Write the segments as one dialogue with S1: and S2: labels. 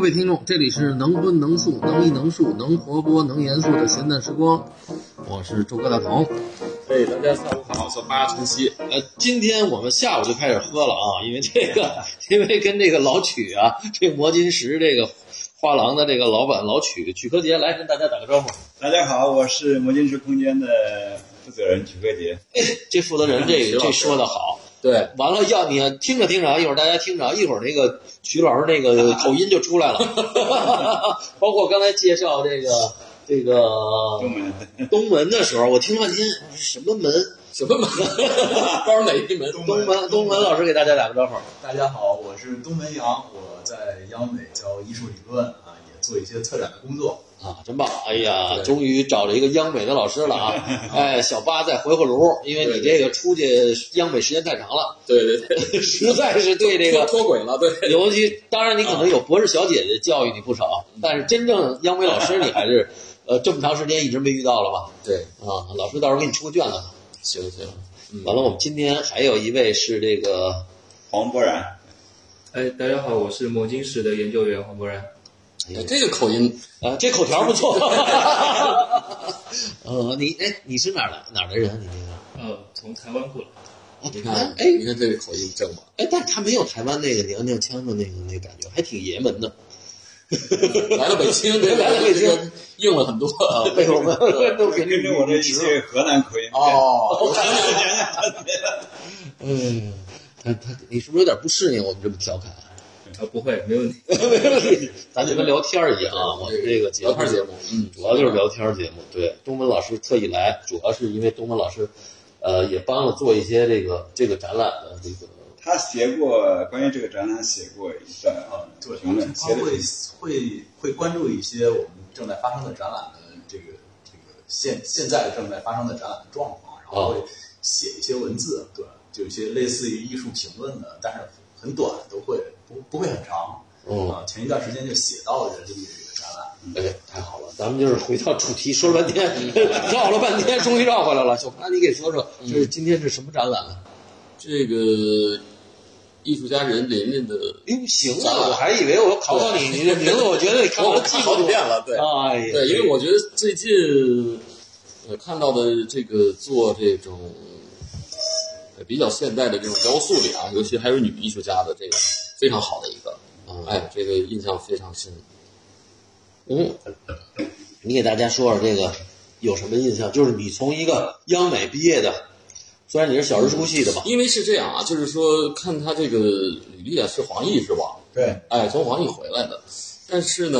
S1: 位听众，这里是能荤能素能艺能术能活泼能严肃的闲淡时光，我是周哥大同。
S2: 哎，大家下午好，我是八晨曦。
S1: 呃，今天我们下午就开始喝了啊，因为这个， 因为跟这个老曲啊，这个摩金石这个画廊的这个老板老曲曲科杰来跟大家打个招呼。
S3: 大家好，我是魔晶石空间的负责人曲克杰。
S1: 哎这负责人 这
S2: 徐老师
S1: 这说的好，
S2: 对，
S1: 完了要你听着听着啊，一会儿大家听着啊，一会儿那个徐老师那个口音就出来 了，包括刚才介绍这个这个
S3: 中 文的
S1: 东门的时候，我听半天什么门？
S2: 什么门？ 包哪一门？
S1: 东门东门老师给大家打个招呼。
S4: 大家好，我是东门阳，我在央美教艺术理论啊，也做一些策展的工作。
S1: 啊，真棒！哎呀，
S4: 对
S1: 终于找了一个央美的老师 了啊！哎，小八再回回炉，因为你这个出去央美时间太长了，
S2: 对对对，
S1: 实在是对这
S2: 脱
S1: 个，
S2: 脱轨了，对。
S1: 尤其当然你可能有博士小姐姐教育你不少，但是真正央美老师你还 是，呃，这么长时间一直没遇到了吧？
S2: 对，
S1: 啊，老师到时候给你出个卷子。
S2: 行行，嗯
S1: 完了，我们今天还有一位是这个，
S3: 黄波然，
S5: 哎，大家好，我是魔晶石的研究员黄博然。
S1: 哎
S2: 这个口音
S1: 啊，这口条不 错。呃，你哎，你是哪儿的哪儿的人？啊你这个
S5: 呃，从台湾过来。
S1: 哦，
S2: 你
S1: 哎
S2: 看，
S1: 哎
S2: 你看这个口音正吧？
S1: 哎，但是他没有台湾那个娘娘腔的那个那个感觉，还挺爷们的。
S2: 来了北京，
S1: 对来了北京，
S2: 硬了很多。
S1: 啊，被我们都给
S3: 跟着我这一些河南口音。
S2: 哦，
S1: 嗯，他他，你是不是有点不适应我们这么调侃？
S5: 啊，不会，没问题。
S1: 没问题， 咱就跟聊天儿一样啊。我们这个节
S2: 聊
S1: 目
S2: 天节目，嗯，
S1: 主要就是聊天儿节目。对，东门老师特意来，主要是因为东门老师，呃，也帮了做一些这个这个展览的这个。
S3: 他写过关于这个展览写过一段
S4: 啊，对，
S3: 评论，
S4: 他
S3: 写的
S4: 会会会关注一些我们正在发生的展览的这个这个现现在正在发生的展览的状况，然
S2: 啊
S4: 后会写一些文字，对，就一些类似于艺术评论的，但是很短，都会不不会很长。
S1: 哦，
S2: 嗯
S4: 啊，前一段时间就写到了这个这个展览，
S1: 哎，太好了，咱们就是回到主题，说了半天， 绕了半天，终于绕回来了。小潘，你给说说，这是今天是什么展览啊？
S2: 这个艺术家任琳琳的，
S1: 哟，行
S2: 咱
S1: 啊，
S2: 俩
S1: 我还以为我考考你，你这名字，我觉得你看
S2: 我
S1: 记
S2: 看
S1: 不
S2: 好几
S1: 住
S2: 遍。了，对，
S1: 哎呀，
S2: 对，因为我觉得最近呃看到的这个做这种呃比较现代的这种雕塑里啊，尤其还有女艺术家的这个非常好的一个，
S1: 嗯
S2: 哎，这个印象非常深。
S1: 嗯，你给大家说说这个有什么印象？就是你从一个央美毕业的，虽然你是小人书系的吧，
S2: 因为是这样啊，就是说看他这个履历啊，是黄奕是吧？
S4: 对，
S2: 哎，从黄奕回来的，但是呢，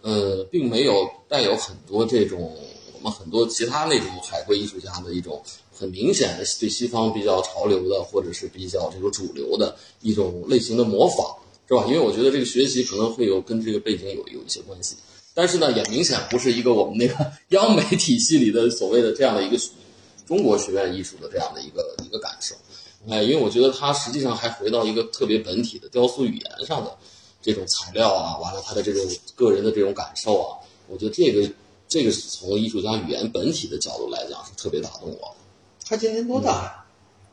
S2: 呃，并没有带有很多这种我们很多其他那种海归艺术家的一种很明显的对西方比较潮流的，或者是比较这种主流的一种类型的模仿，是吧？因为我觉得这个学习可能会有跟这个背景有有一些关系，但是呢，也明显不是一个我们那个央美体系里的所谓的这样的一个中国学院艺术的这样的一个一个感受。哎，因为我觉得它实际上还回到一个特别本体的雕塑语言上的这种材料啊，完了他的这种个人的这种感受啊，我觉得这个这个是从艺术家语言本体的角度来讲是特别打动我。
S1: 他今年多大？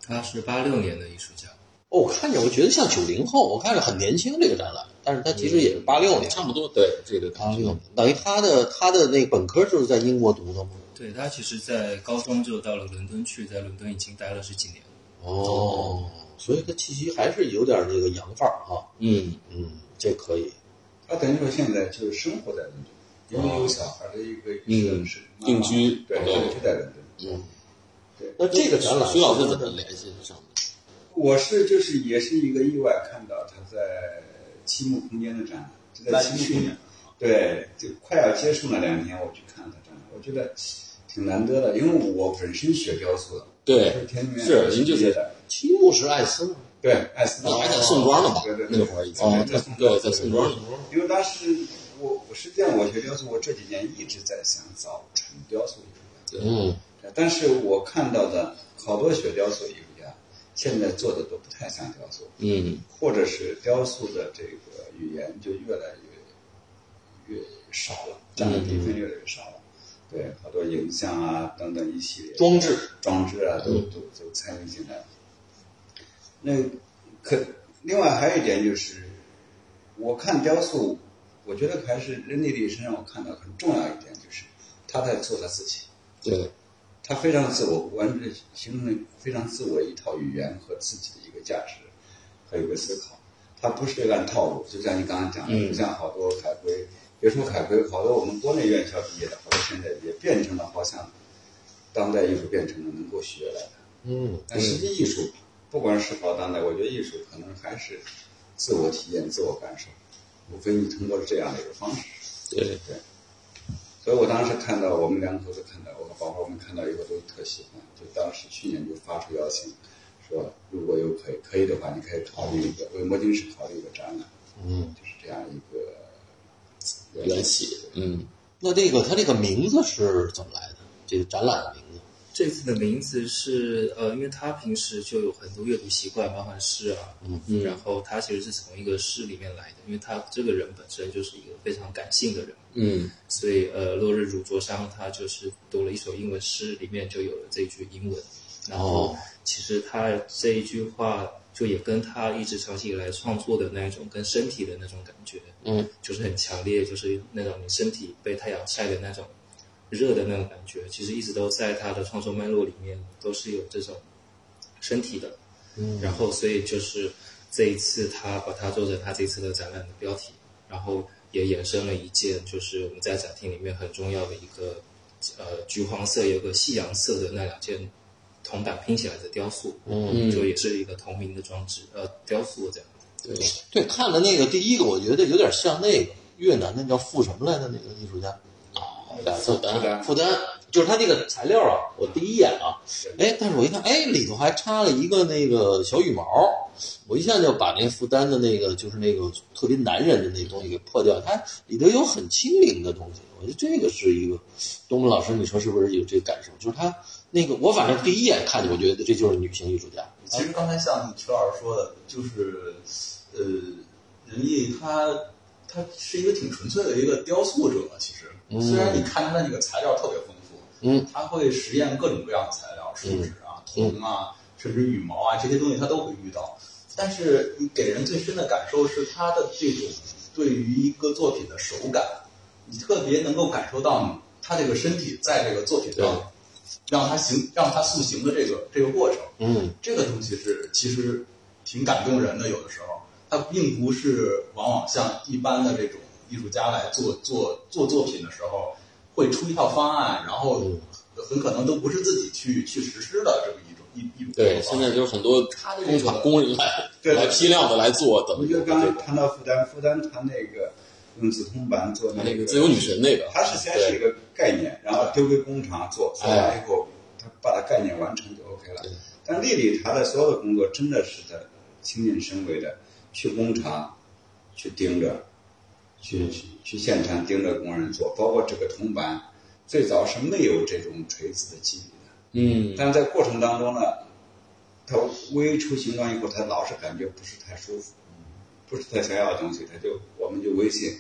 S5: 他是八六年的艺术家，
S1: 哦，我看着我觉得像九零后，我看着很年轻这个展览，但是他其实也是八六年，
S2: 差不多对这个
S1: 嗯八
S2: 感
S1: 六
S2: 觉
S1: 年，等于他的他的那个本科就是在英国读的吗？
S5: 对他其实，在高中就到了伦敦去，在伦敦已经待了十几年。
S1: 哦，所以他气息还是有点那个洋范儿啊，
S2: 嗯，
S1: 嗯，这可以。
S3: 他等于说现在就是生活在伦敦，因为有小孩的一个
S2: 嗯
S3: 是
S2: 定居哦
S3: 对，
S2: 对
S3: 定居在伦敦。
S1: 那这个展览，
S2: 徐老师怎么联系上的？
S3: 我是就是也是一个意外看到他在七木空间的展览，就在七木空间，对，就快要结束那两天，我去看他展览，我觉得挺难得的，因为我本身学雕塑的，就
S2: 对
S3: 是，天津
S2: 是
S3: 美术
S2: 您就
S3: 毕业
S2: 是
S3: 的，
S1: 七木是艾斯吗？
S3: 对，爱斯
S2: 那
S3: 纳
S2: 哦还在宋庄呢吧
S3: 对对？
S2: 那
S3: 对，
S2: 会儿已经
S3: 哦
S2: 在
S3: 在宋
S2: 对在宋庄呢，
S3: 因为当时我我实际上我学雕塑，我这几年一直在想找纯雕塑艺术家。
S1: 嗯，
S3: 但是我看到的好多学雕塑艺术家，现在做的都不太像雕塑，
S2: 嗯，
S3: 或者是雕塑的这个语言就越来越越少了，
S1: 嗯
S3: 占的比分越来越少了。对，好多影像啊等等一系列
S1: 装置，嗯
S3: 装置啊，都都都参与进来了。那可另外还有一点就是，我看雕塑，我觉得还是任内里身上我看到很重要一点，就是他在做他自己，
S2: 对，
S3: 他非常自我，完全形成了非常自我一套语言和自己的一个价值，还有一个思考。他不是按套路，就像你刚刚讲的，
S2: 嗯
S3: 不像好多海归，别说海归，好多我们国内院校毕业的，好多现在也变成了好像当代艺术变成了能够学来的。
S1: 嗯，
S3: 但实际艺术，不管是否当代，我觉得艺术可能还是自我体验、自我感受，无非你通过这样的一个方式。
S2: 对，
S3: 所以我当时看到我们两口子看到，我包括我们看到以后都特喜欢。就当时去年就发出邀请，说如果有可以可以的话，你可以考虑一个为摩金士考虑一个展览，
S1: 嗯，
S3: 就是这样一个呃
S2: 缘起，嗯，
S1: 那这个它这个名字是怎么来的？这个展览的名字？
S5: 这次的名字是呃，因为他平时就有很多阅读习惯，包含诗啊，嗯，然后他其实是从一个诗里面来的，因为他这个人本身就是一个非常感性的人，
S2: 嗯，
S5: 所以呃，落日如灼伤，他就是读了一首英文诗，里面就有了这句英文。然后其实他这一句话就也跟他一直长期以来创作的那一种跟身体的那种感觉，
S2: 嗯，
S5: 就是很强烈，就是那种你身体被太阳晒的那种热的那种感觉，其实一直都在他的创作脉络里面都是有这种身体的。嗯，然后所以就是这一次他把它做成他这次的展览的标题，然后也衍生了一件就是我们在展厅里面很重要的一个呃橘黄色有个夕阳色的那两件铜板拼起来的雕塑，嗯，就也是一个同名的装置呃雕塑这样子。
S2: 对，
S1: 对，看的那个第一个，我觉得有点像那个越南那叫傅什么来的那个艺术家，
S2: 负担，
S1: 傅丹，就是他那个材料啊，我第一眼啊，哎，但是我一看，哎，里头还插了一个那个小羽毛，我一下就把那傅丹的那个就是那个特别男人的那东西给破掉，它里头有很轻灵的东西，我觉得这个是一个，东木老师，你说是不是有这个感受？就是他那个，我反正第一眼看见，我觉得这就是女性艺术家，
S4: 其实刚才像曲老师说的，就是，呃，仁义他他是一个挺纯粹的一个雕塑者，其实虽然你看他的那个材料特别丰富，
S1: 嗯，
S4: 他会实验各种各样的材料，树脂啊、铜啊，甚至羽毛啊这些东西他都会遇到，但是你给人最深的感受是他的这种对于一个作品的手感，你特别能够感受到他这个身体在这个作品
S2: 对
S4: 上。让它形，让它塑形的这个这个过程，
S1: 嗯
S4: 这个东西是其实挺感动人的，有的时候它并不是往往像一般的这种艺术家来做做做作品的时候，会出一套方案，然后
S2: 嗯
S4: 很可能都不是自己去去实施的这么一种一一种
S2: 对，
S4: 方
S2: 现
S4: 案
S2: 在有很多工厂工人来
S3: 对
S2: 来批量的来做的，
S3: 我觉得刚才谈到复旦，复旦他那个用紫铜板做
S2: 他啊那
S3: 那
S2: 个自由女神那个，
S3: 它是先是一个概念，然后丢给工厂做，做完以后，他把它概念完成就 OK 了
S2: 哎对。
S3: 但丽丽她的所有的工作真的是在亲力身为的，去工厂，去盯着，
S2: 嗯
S3: 去去去现场盯着工人做，包括这个铜板，最早是没有这种锤子的机理的。
S2: 嗯，
S3: 但在过程当中呢，他微出形状以后，他老是感觉不是太舒服，
S2: 嗯
S3: 不是他想要的东西，他就我们就微信，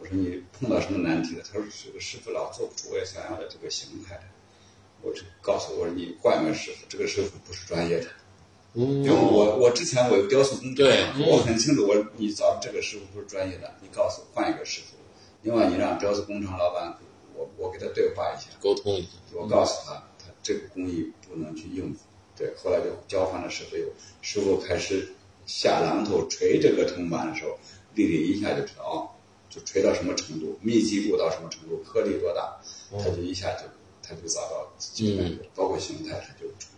S3: 我说你碰到什么难题了？他说这个师傅老做不出我想要的这个形态，我就告诉我说你换个师傅，这个师傅不是专业的。因为我我之前我有雕塑工作，
S2: 嗯对嗯
S3: 我很清楚，我你找这个师傅不是专业的，你告诉我换一个师傅，另外你让雕塑工厂老板，我我给他对话一下，
S2: 沟通一下，
S3: 我告诉他，他这个工艺不能去应付。对，后来就交换了师傅以后，师傅开始下榔头锤这个铜板的时候，丽丽一下就知道，哦，就锤到什么程度，密集度到什么程度，颗粒多大，他就一下就他就找到这个，包括形态，他就出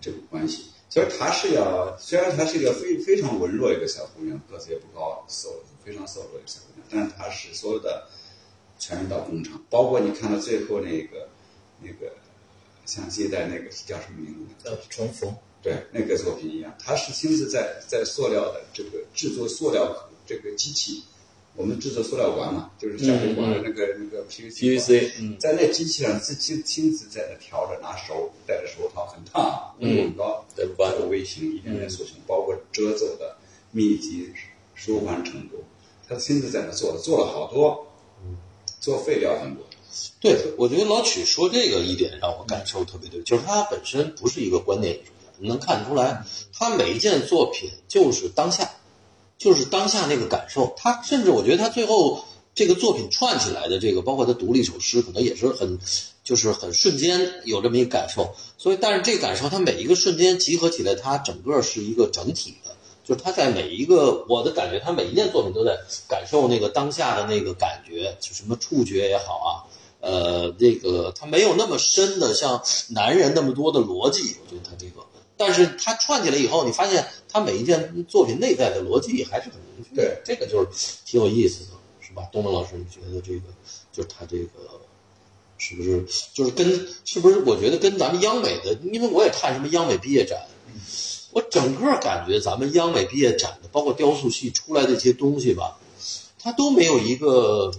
S3: 这个关系。其实他是要，虽然他是一个非非常文弱一个小姑娘，个子也不高，瘦非常瘦弱一个小姑娘，但是她是所有的全运到工厂，包括你看到最后那个那个像接待那个叫什么名字？
S5: 呃，重逢，
S3: 对，那个作品一样，它是亲自在在塑料的这个制作塑料这个机器，我们制作塑料管嘛，就是下水管的那个、那个 PVC，
S2: PVC，嗯
S3: 在那机器上自己亲自在那调着，拿手戴着手套，很烫，温度很高，
S2: 对弯
S3: 这个微型一点点塑形，包括遮皱的密集舒缓程度，他亲自在那做的，做了好多，做废料很多，
S1: 对，我觉得老曲说这个一点让我感受特别对，就是他本身不是一个观念艺术家，你能看出来，他每一件作品就是当下，就是当下那个感受。他甚至我觉得他最后这个作品串起来的这个，包括他读了一首诗，可能也是很，就是很瞬间有这么一个感受。所以，但是这个感受，它每一个瞬间集合起来，它整个是一个整体的。就是他在每一个，我的感觉，他每一件作品都在感受那个当下的那个感觉，就什么触觉也好啊，呃，这个他没有那么深的像男人那么多的逻辑，我觉得他这个，但是他串起来以后，你发现他每一件作品内在的逻辑还是很明确的，
S3: 对
S1: 这个就是挺有意思的，是吧？东东老师，你觉得这个就是他这个是不是就是跟是不是？我觉得跟咱们央美的，因为我也看什么央美毕业展，我整个感觉咱们央美毕业展的，包括雕塑系出来的一些东西吧，它都没有一个，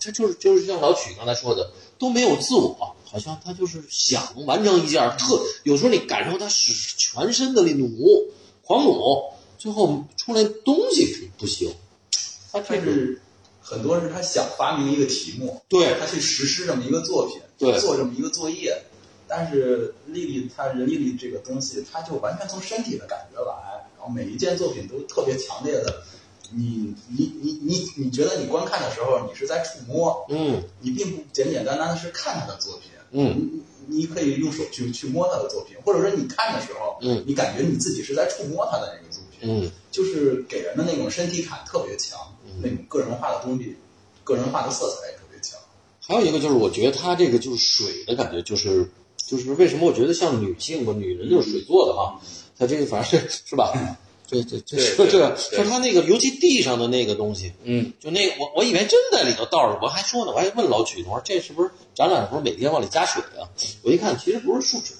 S1: 它就是就是像老曲刚才说的，都没有自我，好像他就是想完成一件儿特，有时候你感受他使全身的力努，狂努，最后出来东西不行，他
S4: 他
S1: 这是
S4: 是很多是他想发明一个题目，
S1: 对
S4: 他去实施这么一个作品，
S1: 对
S4: 做这么一个作业。但是丽丽她人丽丽这个东西，她就完全从身体的感觉来，然后每一件作品都特别强烈的，你你你你你觉得你观看的时候，你是在触摸，
S1: 嗯
S4: 你并不简简单单的是看她的作品，
S1: 嗯
S4: 你你可以用手去去摸她的作品，或者说你看的时候，
S1: 嗯
S4: 你感觉你自己是在触摸她的那个作品，
S1: 嗯
S4: 就是给人的那种身体感特别强，那种个人化的东西，个人化的色彩也特别强。
S1: 还有一个就是，我觉得它这个就是水的感觉，就是就是为什么我觉得像女性吧，女人就是水做的哈，它这个反正是是吧？对对对，
S5: 对
S1: 这
S5: 对
S1: 就是它那个，尤其地上的那个东西，
S5: 嗯，
S1: 就那个我我以为真在里头倒着，我还说呢，我还问老曲，我说这是不是展览的时候每天往里加水啊？我一看，其实不是树脂，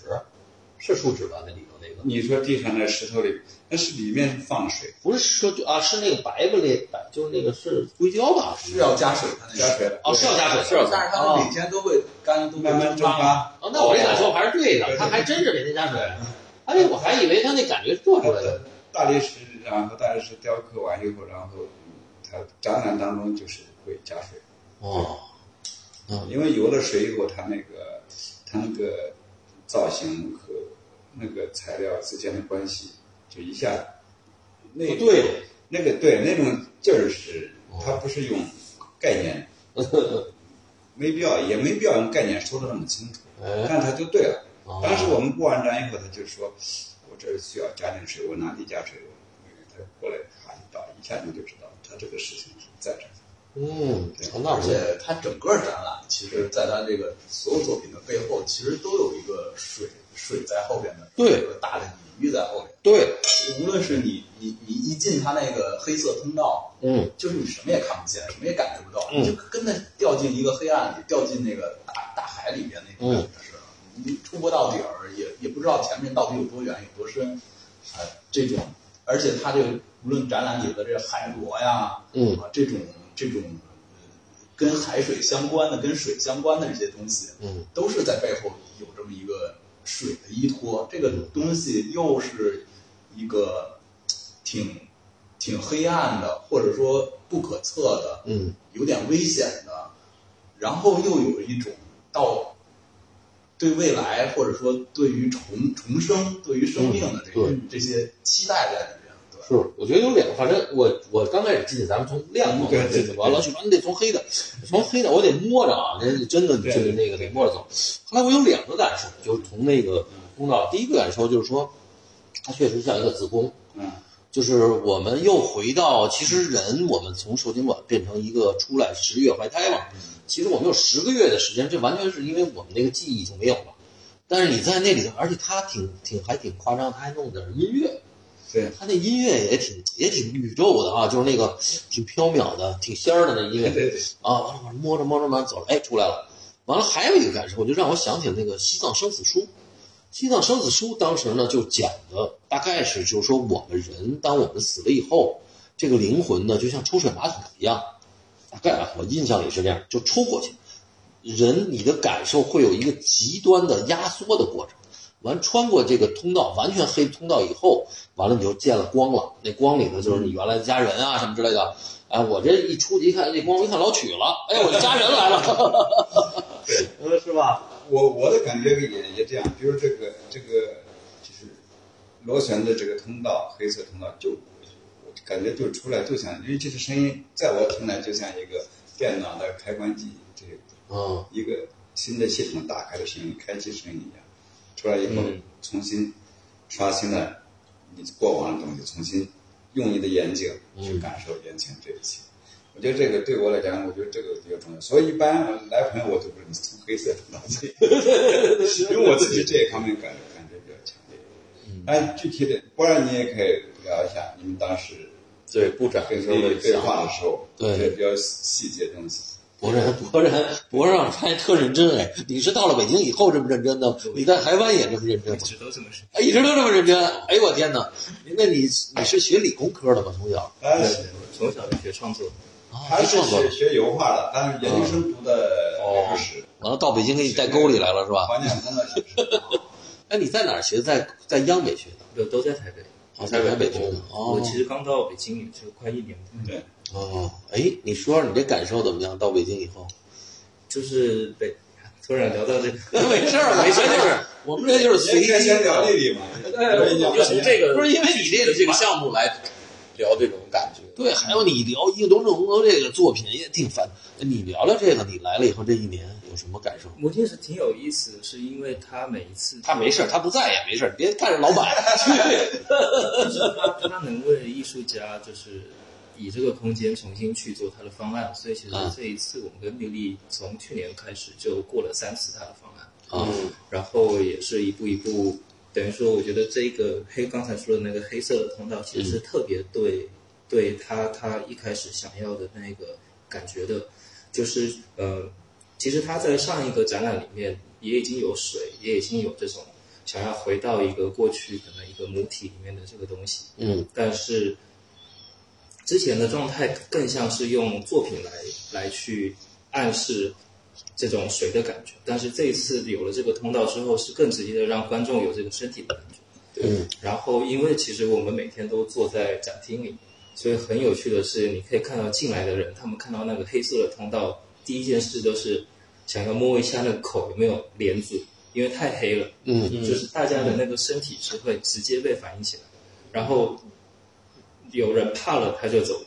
S1: 是树脂吧？那里头那个
S3: 你说地上那石头里，那是里面放水，
S1: 不是说就啊，是那个白不列，白就是那个是硅胶吧？
S4: 是要加水的那
S3: 加
S4: 个，
S3: 水了，
S1: 哦，是要加水，哦
S4: 但是它们每天都会干，都会
S3: 慢慢蒸
S4: 发。
S3: 发。
S1: 哦，那我这感受还是对的，他还真是每天加水。哎，我还以为他那感觉是做出来的。
S3: 大理石，然后大理石雕刻完以后，然后嗯它展览当中就是会加水，
S1: 哦，
S3: 因为有了水以后，它那个它那个造型和那个材料之间的关系就一下那
S1: 不对，
S3: 那个对那种劲儿是，它不是用概念，没必要也没必要用概念说的那么清楚，
S1: 哎，
S3: 但它就对了。
S1: 哦
S3: 当时我们布完章以后，他就说：“我这儿需要加点水，我哪里加水？”我他过来哈一倒，一下你就知道他这个事情是在这儿。
S1: 嗯，那
S4: 而
S1: 我也
S4: 且它整个展览，其实在它这个所有作品的背后，其实都有一个水水在后边的，
S1: 对
S4: 有一个大的隐喻在后边。
S1: 对，
S4: 无论是你你你一进它那个黑色通道，
S1: 嗯，
S4: 就是你什么也看不见，什么也感觉不到，
S1: 嗯
S4: 你就跟着掉进一个黑暗里，掉进那个大大海里面
S1: 嗯
S4: 那种感觉似的，你触不到底儿，也也不知道前面到底有多远有多深，啊、这种，而且它这个无论展览里的这海螺呀，
S1: 嗯
S4: 啊这种这种呃跟海水相关的、跟水相关的这些东西，
S1: 嗯，
S4: 都是在背后有这么一个水的依托。这个东西又是一个挺挺黑暗的，或者说不可测的，
S1: 嗯，
S4: 有点危险的，然后又有一种到对未来或者说对于重重生、对于生命的这个、这些期待在里面。对吧
S1: 是，我觉得有两个，反正我我刚开始进去，咱们从亮光
S3: 对对
S1: 进去
S3: 对
S1: 吧。老许说你得从黑的，从黑的我得摸着啊，那真的
S3: 对
S1: 就是那个得摸着走。后来我有两个感受，就是从那个通道，第一个感受就是说，它确实像一个子宫，
S3: 嗯，
S1: 就是我们又回到，其实人我们从受精卵变成一个出来十月怀胎嘛，其实我们有十个月的时间，这完全是因为我们那个记忆已经没有了。但是你在那里头，而且他挺挺还挺夸张，他还弄点音乐，
S3: 对，
S1: 他那音乐也挺也挺宇宙的啊，就是那个挺飘渺的、挺仙儿的那音乐
S3: 对对对，
S1: 啊。完了，我摸着摸着摸着走了，哎，出来了。完了，还有一个感受，就让我想起了那个西藏生死书。西藏生死书当时呢就讲的大概是，就是说我们人当我们死了以后，这个灵魂呢就像抽水马桶一样，大概啊，我印象里是这样，就抽过去。人你的感受会有一个极端的压缩的过程，完穿过这个通道完全黑通道以后，完了你就见了光了，那光里头
S5: 嗯
S1: 就是你原来的家人啊什么之类的。哎，我这一出去一看，这光我一看老曲了，哎，我的家人来了， 对，是吧？
S3: 我我的感觉也也这样，比如这个这个就是螺旋的这个通道，黑色通道，就我感觉就出来就像，因为这个声音在我听来就像一个电脑的开关机，这
S1: 啊，
S3: 一个新的系统打开的声音、开机声音一样，出来以后
S5: 嗯
S3: 重新刷新了你过往的东西，重新用你的眼睛去感受眼前这一切。我觉得这个对我来讲，我觉得这个比较重要。所以一般我来朋友，我都不是你从黑色到黑，因为我自己这一方面感感觉比较强烈。哎，具体的，不然你也可以聊一下你们当时
S2: 对部长
S3: 跟
S2: 时候
S3: 那
S2: 的
S3: 个对
S2: 想
S3: 话
S2: 法
S3: 的时候，
S1: 对
S3: 这比较细节的东西。
S1: 博然，博然，博然，他还特认真哎！你是到了北京以后这么认真的吗？你在台湾也这么认真
S5: 一
S1: 吗？
S5: 直都这么说。
S1: 哎，一直都这么认真。哎呦我天哪！那你你是学理工科的吗？从小
S3: 当
S5: 对
S3: 时
S5: 对我从小就学创作，
S1: 啊，
S3: 他
S1: 是
S3: 是
S1: 创作
S3: 学。学油画的，但是研究
S4: 啊
S3: 生读的美术史，
S1: 完了到北京给你带沟里来了是吧？
S3: 黄建三的学生。
S1: 哎，你在哪儿学？在在央美学的。
S5: 都都在台北。
S1: 哦
S5: 我
S1: 在台北
S5: 工
S1: 学的
S5: 作
S1: 哦
S5: 我其实刚到北京也就快一年，
S3: 对，
S1: 哦，哎，你说说你这感受怎么样？到北京以后，
S5: 就是北。突然聊到这个，
S1: 没事儿，没事儿， 我们这 就是随
S3: 应该
S1: 机
S3: 先
S1: 的。
S3: 聊丽丽嘛，
S1: 哎
S2: 就从这个
S1: 不是因为你这个
S2: 这个项目来聊这种感觉。
S1: 对，还有你聊《一个龙正红楼》这个作品也挺烦。你聊聊这个，你来了以后这一年有什么感受？
S5: 摩天石挺有意思的，是因为他每一次
S1: 他没事儿，他不在也没事儿，别看着老板。
S5: 他能为艺术家就是以这个空间重新去做他的方案，所以其实
S1: 嗯
S5: 这一次我们跟丽丽从去年开始就过了三次他的方案，
S1: 啊，
S5: 然后也是一步一步，等于说我觉得这个黑刚才说的那个黑色的通道，其实是特别对、对他他一开始想要的那个感觉的，就是呃，其实他在上一个展览里面也已经有水，也已经有这种想要回到一个过去可能一个母体里面的这个东西，
S1: 嗯
S5: 但是之前的状态更像是用作品来来去暗示这种水的感觉，但是这一次有了这个通道之后，是更直接的让观众有这个身体的感觉。
S1: 嗯
S5: 然后，因为其实我们每天都坐在展厅里，所以很有趣的是，你可以看到进来的人，他们看到那个黑色的通道，第一件事都是想要摸一下那个口有没有帘子，因为太黑了。
S1: 嗯
S5: 就是大家的那个身体是会直接被反应起来，然后有人怕了他就走，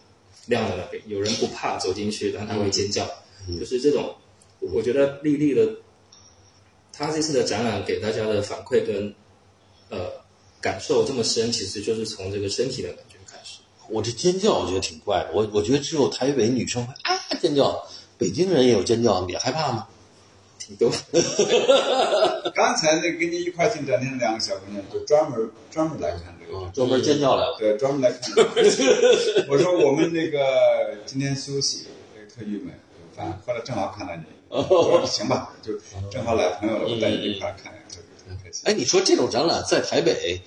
S5: 晾在那边；有人不怕走进去，但他会尖叫，就是这种。我觉得丽丽的，她这次的展览给大家的反馈跟呃感受这么深，其实就是从这个身体的感觉开始。
S1: 我这尖叫我觉得挺怪的，我我觉得只有台北女生会啊尖叫，北京人也有尖叫，也害怕吗？
S5: 挺多，
S3: 刚才那跟你一块进展厅的两个小姑娘，就专门专门来看这个
S1: 啊，，专门尖叫来了。
S3: 对，专门来看这个。我说我们那个今天休息，特郁闷，反正后来正好看到你，我说行吧，就正好来朋友了，我带你一块看，特别特别开心。
S1: 哎，你说这种展览在台北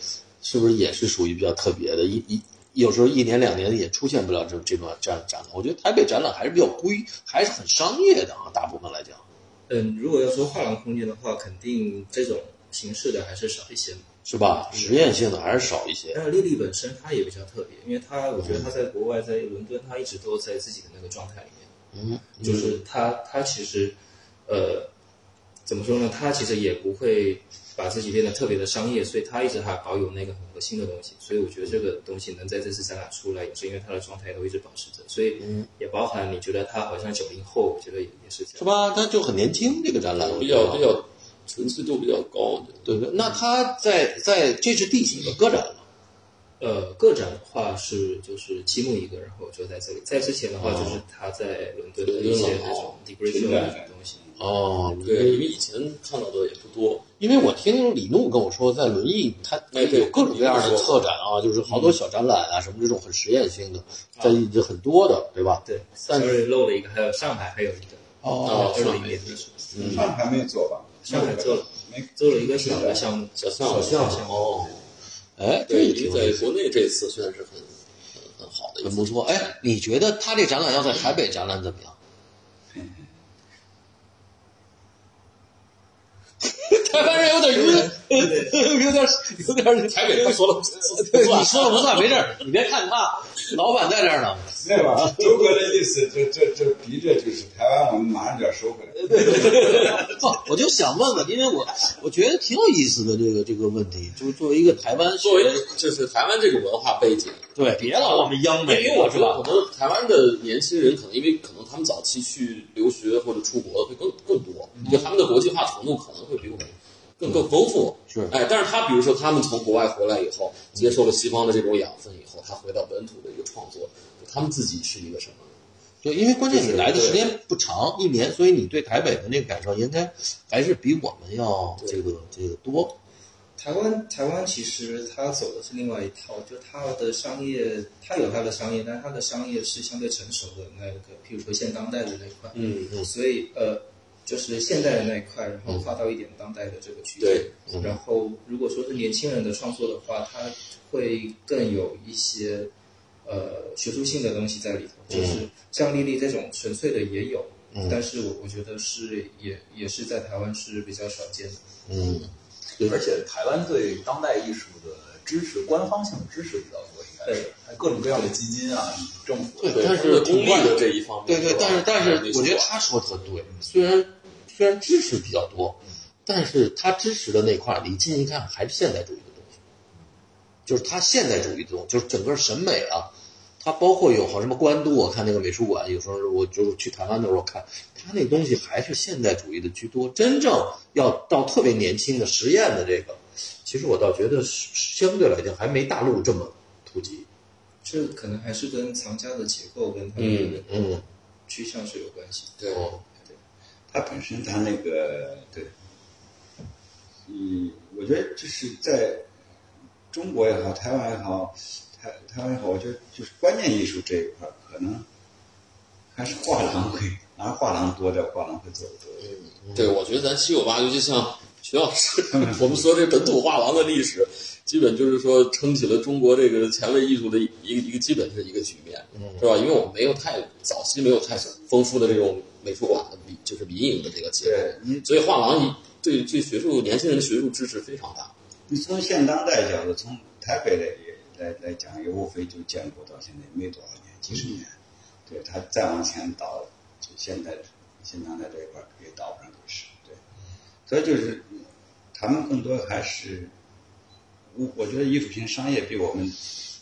S1: 是不是也是属于比较特别的？一一有时候一年两年也出现不了这这种展展览。我觉得台北展览还是比较规，还是很商业的啊，大部分来讲。
S5: 嗯，如果要说画廊空间的话，肯定这种形式的还是少一些。
S1: 是吧？实验性的还是少一些。
S5: 但是丽丽呃本身她也比较特别，因为她我觉得她在国外，在伦敦，她一直都在自己的那个状态里面，
S1: 嗯，
S5: 就是她她其实，呃，怎么说呢？她其实也不会把自己变得特别的商业，所以她一直还保有那个很核心的东西。所以我觉得这个东西能在这次展览出来，也是因为她的状态都一直保持着，所以
S1: 嗯
S5: 也包含你觉得她好像九零后，我觉得也也是这样。
S1: 是吧？他就很年轻，这个展览我
S2: 比
S1: 觉得
S2: 较比较纯粹度比较高，我觉得。
S1: 对不对？那他在在这是第几个个展了？
S5: 呃，个展的话是就是七木一个，然后就在这里。在之前的话，就是他在伦敦的一些那种 degree show 的东西。
S1: 哦，
S2: 对，因为以前看到的也不多。
S1: 因为我听李怒跟我说，在轮椅他
S2: 哎对嗯
S1: 有各种各样的策展啊，就是好多小展览啊，什么这种很实验性的，
S2: 啊
S1: 在就很多的，对吧？
S5: 对
S1: 但是
S5: ，sorry 漏了一个，还有上海还有一个，
S1: 哦
S2: 哦
S5: 二零年的时候，
S3: 上海没有做吧？
S5: 上海做了
S3: 没
S5: 做了一个小的项目，
S2: 小项目
S5: 小项目
S2: 小项
S1: 哦，哎，这
S2: 对，
S1: 也
S2: 因
S1: 挺
S2: 为在国内这次虽然是很很很好的一
S1: 很
S2: 次，
S1: 不错。哎，你觉得他这展览要在台北展览怎 么样？台湾人有点晕，有点有点
S2: 台北他说 了不
S1: 对，
S2: 算
S1: 你说了不算，没事儿，你别看他，老板在这儿呢。
S3: 没有吧？周哥的意思，这这这逼着就是台湾，我们马上就要收回来。
S1: 不，我就想问问，因为我我觉得挺有意思的这个这个问题，就是作为一个台湾学
S2: 作，为就是台湾这个文化背景，
S1: 对，别老 我们央美，
S2: 因为我
S1: 是
S2: 觉
S1: 吧
S2: 得？可能台湾的年轻人可能因为可能他们早期去留学或者出国会更更多，
S1: 嗯
S2: 就他们的国际化程度可能会比我们更更丰富。
S1: 是
S2: 哎，但是他比如说他们从国外回来以后，接受了西方的这种养分以后，他回到本土的一个创作，他们自己是一个什么？
S1: 对，因为关键你
S2: 就是
S1: 来的时间不长，一年，所以你对台北的那个感受应该还是比我们要这个这个多。
S5: 台湾台湾其实它走的是另外一套，就它的商业，它有它的商业，但它的商业是相对成熟的那个，譬如说现当代的那一块，
S1: 嗯嗯
S5: 所以呃，就是现代的那一块，然后跨到一点当代的这个区
S2: 对
S1: 嗯
S5: 间，然后如果说是年轻人的创作的话，它会更有一些呃学术性的东西在里头，就是像丽丽这种纯粹的也有，
S1: 嗯
S5: 但是我我觉得是也也是在台湾是比较少见的。
S1: 嗯，
S4: 而且台湾对当代艺术的支持，官方性的支持比较多，应该是
S5: 对
S4: 还各种各样的基金啊，政府
S1: 对
S4: 的
S2: 对，
S1: 但
S2: 他
S1: 是
S2: 们功利
S1: 国外
S2: 的这一方面，
S1: 对对，
S2: 吧
S1: 但是但
S2: 哎
S1: 是
S2: 美术
S1: 我觉得
S2: 馆
S1: 他说的很对，虽然虽然支持比较多，但是他支持的那块儿，你近一看还是现代主义的东西，就是他现代主义的东西，就是整个审美啊，它包括有好什么关渡，我看那个美术馆，有时候我就是去台湾的时候看，他那东西还是现代主义的居多，真正要到特别年轻的实验的这个，其实我倒觉得是相对来讲还没大陆这么普及，
S5: 这可能还是跟藏家的结构跟他们的
S1: 嗯
S5: 趋向是有关系。
S2: 对
S1: 哦
S3: 它本身它那个对，嗯，我觉得就是在中国也好，台湾也好，台台湾也好，我觉得就是观念艺术这一块儿，可能还是画廊会，拿画廊多的画廊会做的多一点。
S2: 对，我觉得咱七九八，尤其像徐老师， 我们说这本土画廊的历史，基本就是说撑起了中国这个前卫艺术的一个一个基本是一个局面，
S3: 嗯
S2: 是吧？因为我们没有太早期没有太丰富的这种美术馆的民就是民营的这个结
S3: 对
S2: 构，
S3: 你
S2: 所以画廊一对对学术年轻人的学术支持非常大。
S3: 你从现当代角度，从台北来也来来讲，也无非就建国到现在没多少年，几十年。对，它再往前倒，就现在现当代这一块儿也倒不上多少。对，所以就是嗯他们更多还是，我我觉得艺术品商业比我们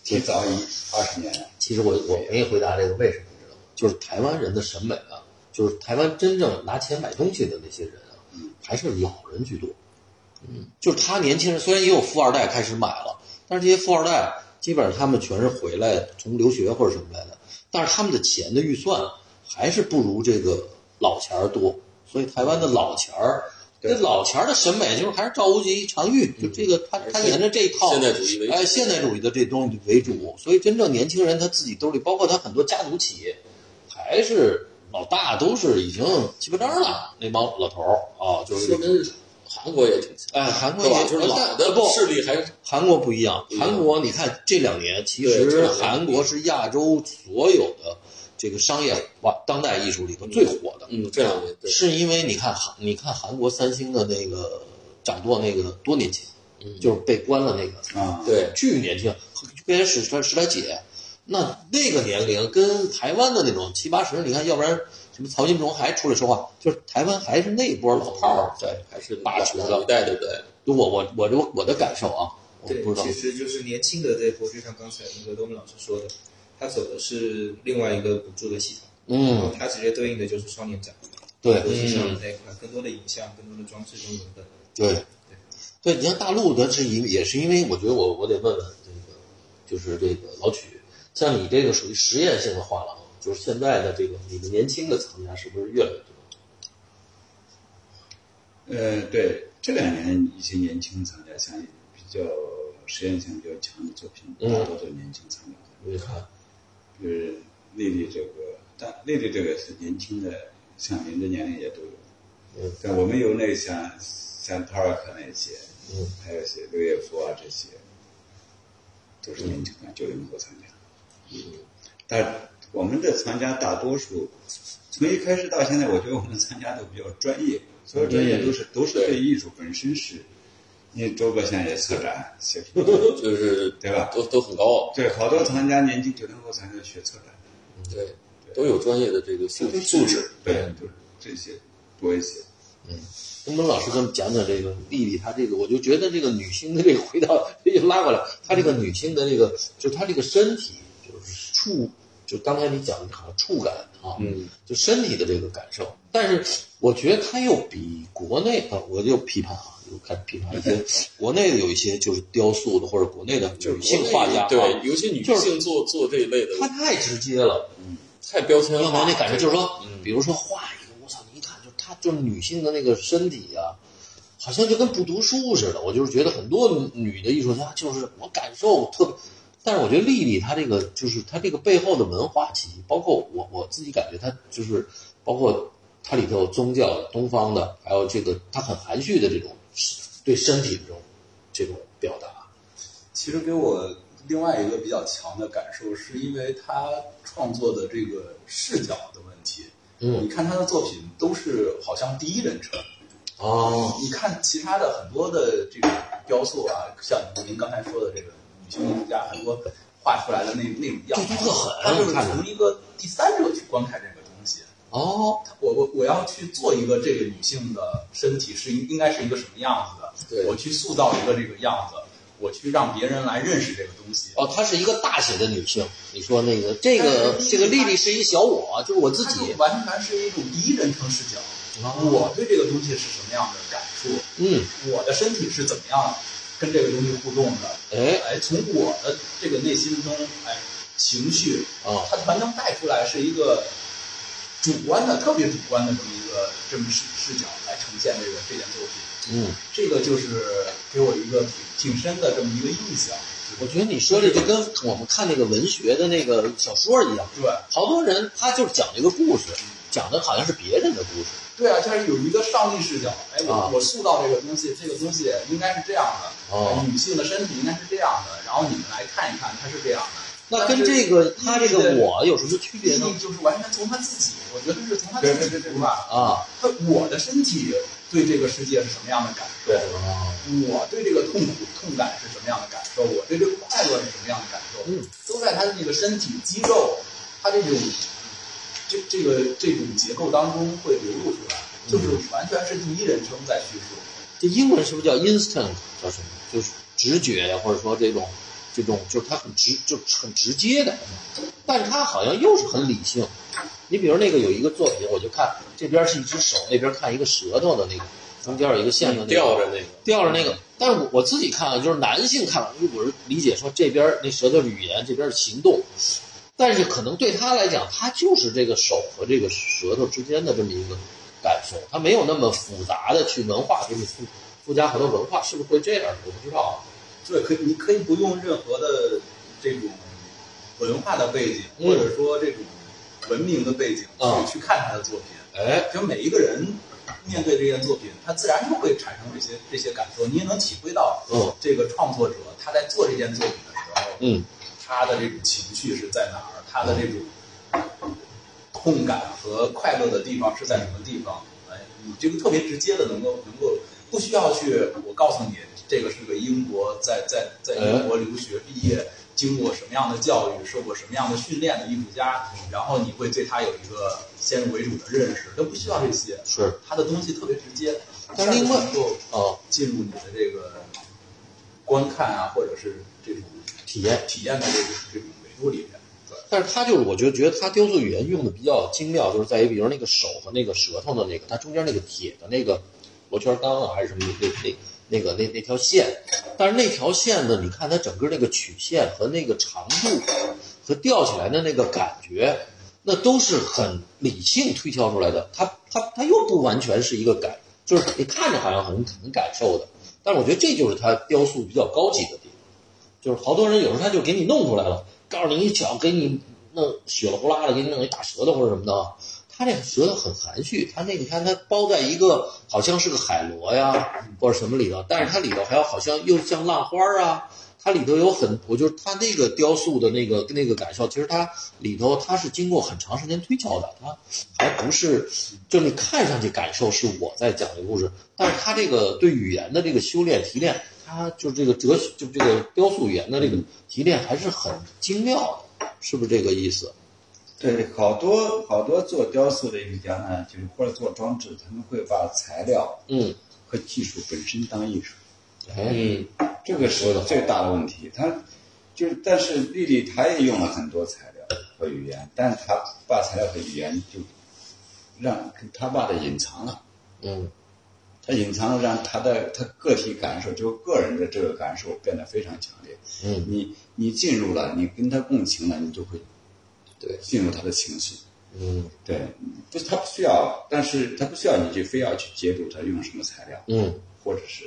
S3: 提早一二十年。
S1: 其实我我没回答这个为什么，你知道吗？就是台湾人的审美啊，就是台湾真正拿钱买东西的那些人啊，还是老人居多。嗯，就是他年轻人虽然也有富二代开始买了，但是这些富二代基本上他们全是回来从留学或者什么来的，但是他们的钱的预算还是不如这个老钱儿多，所以台湾的老钱儿。这老钱儿的审美就是还是赵无极、常玉，就这个他他沿着这一套
S2: 现代主义为主
S1: 哎，现代主义的这东西为主，所以真正年轻人他自己兜里，包括他很多家族企业，还是老大都是已经七八张了，那帮老头儿啊，就是
S2: 说明韩国也挺强，
S1: 哎，韩国
S2: 是吧
S1: 也？呃
S2: 就是老的
S1: 不
S2: 势力还是
S1: 韩国不一样，
S2: 嗯
S1: 韩国你看这两年，其
S2: 对这
S1: 实
S2: 两年
S1: 韩国是亚洲所有的这个商业化当代艺术里头最火的，
S2: 嗯这两年对
S1: 是因为你看韩，你看韩国三星的那个掌舵那个多年前，
S2: 嗯
S1: 就是被关了那个，
S3: 啊，
S2: 对
S1: 巨年轻，跟史川史莱姐，那那个年龄跟台湾的那种七八十，你看，要不然什么曹金荣还出来说话，就是台湾还是那一波老炮儿在
S2: 还是
S1: 霸权
S2: 老一
S1: 了。
S2: 代的对。
S1: 就我我我就我的感受啊，我
S5: 对
S1: 不，知道
S5: 其，实就是年轻的这一波，就像刚才那个东明老师说的，他走的是另外一个补助的系统，然后
S1: 嗯，
S5: 它直接对应的就是少年展，
S1: 对，
S5: 国际上的那一块，更多的影像，更多的装置等等等。
S1: 对，对，你像大陆的是因也是因为我觉得我我得问问这个，就是这个老曲，像你这个属于实验性的画廊，就是现在的这个你们年轻的藏家是不是越来越多？
S3: 呃，对，这两年一些年轻藏家，像比较实验性比较强的作品，大多都是年轻藏家。
S1: 你看，
S3: 就是丽丽这个，但丽丽这个是年轻的，像您这年龄也都有。
S1: 嗯。
S3: 但我们有那个像像塔尔克那些，
S1: 嗯，
S3: 还有一些刘也夫啊这些，都是年轻的九零后参加。嗯。但我们的参加大多数，从一开始到现在，我觉得我们参加的比较专业，所有专业都是、都是对艺术本身是因为周哥现在也策展，写书，
S2: 就是
S3: 对吧
S2: 都都很高傲，
S3: 对，好多藏家年轻九零后才能学策展，
S2: 对，都有专业的这个素
S3: 都是
S2: 素质。，
S3: 对，就是这些多一些。
S1: 能不能老师给我们讲讲这个丽丽她这个？我就觉得这个女性的这个回到又拉过来，她这个女性的这个就是她这个身体就是触，就刚才你讲的好像触感啊，
S2: 嗯，
S1: 就身体的这个感受。但是我觉得她又比国内啊，我就批判啊，又开始批判一些国内的有一些就是雕塑的或者国内的女性画家啊，
S2: 对，尤其女
S1: 就是
S2: 性做做这一类的，
S1: 她太直接了。
S2: 太标签
S1: 让
S2: 化
S1: 我
S2: 了，
S1: 那感觉就是说
S2: 嗯，
S1: 比如说画一个，我操，你一看就她就是女性的那个身体啊，好像就跟不读书似的。我就是觉得很多女的艺术家，就是我感受特别，但是我觉得丽丽她这个就是她这个背后的文化体系，包括我我自己感觉她就是包括它里头有宗教的、东方的，还有这个她很含蓄的这种对身体的这种这种表达。
S4: 其实给我另外一个比较强的感受，是因为他创作的这个视角的问题。
S1: 嗯
S4: 你看他的作品都是好像第一人称。
S1: 哦，
S4: 你看其他的很多的这个雕塑啊，像您刚才说的这个女性艺术家，很多画出来的那那种样
S1: 对
S4: 子，
S1: 都特狠
S4: 他就是
S1: 看着
S4: 从一个第三者去观看这个东西。
S1: 哦，
S4: 我我我要去做一个这个女性的身体是应应该是一个什么样子
S2: 对
S4: 的，我去塑造一个这个样子，我去让别人来认识这个东西。
S1: 哦，她是一个大写的女性。你说那个这个这个丽丽是一小我，就是我自
S4: 它
S1: 己
S4: 就。完全是一种第一人称视角，
S1: 哦
S4: 我对这个东西是什么样的感触，
S1: 嗯，
S4: 我的身体是怎么样跟这个东西互动的，
S1: 哎，
S4: 哎，从我的这个内心中，哎，情绪，
S1: 哦
S4: 它全能带出来，是一个主观的、特别主观的这么一个这么视视角来呈现这个这件作品。
S1: 嗯，
S4: 这个就是给我一个挺挺深的这么一个印象。
S1: 我觉得你说这就跟我们看那个文学的那个小说一样，
S4: 对，
S1: 好多人他就是讲这个故事，讲的好像是别人的故事。
S4: 对啊，就是有一个上帝视角，哎，我、
S1: 啊
S4: 我塑造这个东西，这个东西应该是这样的，
S1: 哦
S4: 哎女性的身体应该是这样的，然后你们来看一看，它是这样的。
S1: 那跟这个他
S4: 但是
S1: 这个我有什么区别
S4: 意
S1: 呢
S4: 义？就是完全从他自己，我觉得是从他
S3: 对
S4: 自
S3: 对
S4: 己
S3: 对
S4: 出发。
S1: 啊，
S4: 他我的身体对这个世界是什么样的感受？
S1: 哦
S4: 我对这个痛苦痛感是什么样的感受？我对这个快乐是什么样的感受？
S1: 嗯，
S4: 都在他的那个身体肌肉，他这种这这个这种结构当中会流露出来，就是完全是第一人称在叙述。
S1: 这英文是不是叫 instant 叫什么？就是直觉呀，或者说这种这种就是它很直，就是很直接的，但是它好像又是很理性。你比如那个有一个作品，我就看这边是一只手，那边看一个舌头的那个，中间有一个线的、那个、
S2: 吊着那个，
S1: 吊着那个。但是我我自己看啊，就是男性看完，因为我是理解说这边儿那舌头是语言，这边是行动，但是可能对他来讲，他就是这个手和这个舌头之间的这么一个感受，他没有那么复杂的去文化给你附附加好多文化，是不是会这样？我不知道啊。
S4: 对，可以你可以不用任何的这种文化的背景，
S1: 嗯
S4: 或者说这种文明的背景去、
S1: 啊
S4: 去看他的作品。
S1: 哎，
S4: 就每一个人面对这件作品，他自然就会产生这些这些感受，你也能体会到
S1: 嗯
S4: 这个创作者他在做这件作品的时候，
S1: 嗯，
S4: 他的这种情绪是在哪儿，他的这种痛感和快乐的地方是在什么地方？哎，你这个特别直接的能够能够不需要去，我告诉你，这个是个英国在在在英国留学毕业，经过什么样的教育，受过什么样的训练的艺术家，
S1: 嗯
S4: 然后你会对他有一个先入为主的认识，都不需要这些，
S1: 是
S4: 他的东西特别直接，
S1: 但是另外
S4: 能够呃
S1: 哦，
S4: 进入你的这个观看啊，或者是这种
S1: 体验
S4: 体验的这种这种维度里面。
S1: 但是他就是，我就觉得他雕塑语言用的比较精妙，就是在于，比如那个手和那个舌头的那个，它中间那个铁的那个螺圈钢啊，还是什么那那那个那那条线，但是那条线呢，你看它整个那个曲线和那个长度和吊起来的那个感觉，那都是很理性推敲出来的。它它它又不完全是一个感，就是你看着好像很很感受的，但是我觉得这就是它雕塑比较高级的地方。就是好多人有时候他就给你弄出来了，告诉你一脚给你弄血了呼啦的，给你弄一大舌头或者什么的，他这个学的很含蓄，他那你看他包在一个好像是个海螺呀或者什么里头，但是它里头还有好像又像浪花啊，它里头有很，我就是它那个雕塑的那个那个感受，其实它里头它是经过很长时间推敲的，它还不是就你看上去感受是我在讲这个故事，但是它这个对语言的这个修炼提炼，它就这个哲学就这个雕塑语言的这个提炼还是很精妙的，是不是这个意思？
S3: 对，好多好多做雕塑的艺术家呢，就是或者做装置，他们会把材料
S1: 嗯，
S3: 和技术本身当艺术，
S1: 哎，
S5: 嗯，
S3: 这个是最大的问题。他就是，但是丽丽她也用了很多材料和语言，但是她把材料和语言就让她把它隐藏了，
S1: 嗯
S3: 她隐藏了，让她的她个体感受，就个人的这个感受变得非常强烈。
S1: 嗯
S3: 你你进入了，你跟他共情了，你就会
S1: 对
S3: 进入他的情绪。
S1: 嗯
S3: 对，不是他不需要，但是他不需要你去非要去解读他用什么材料，
S1: 嗯。
S3: 或者是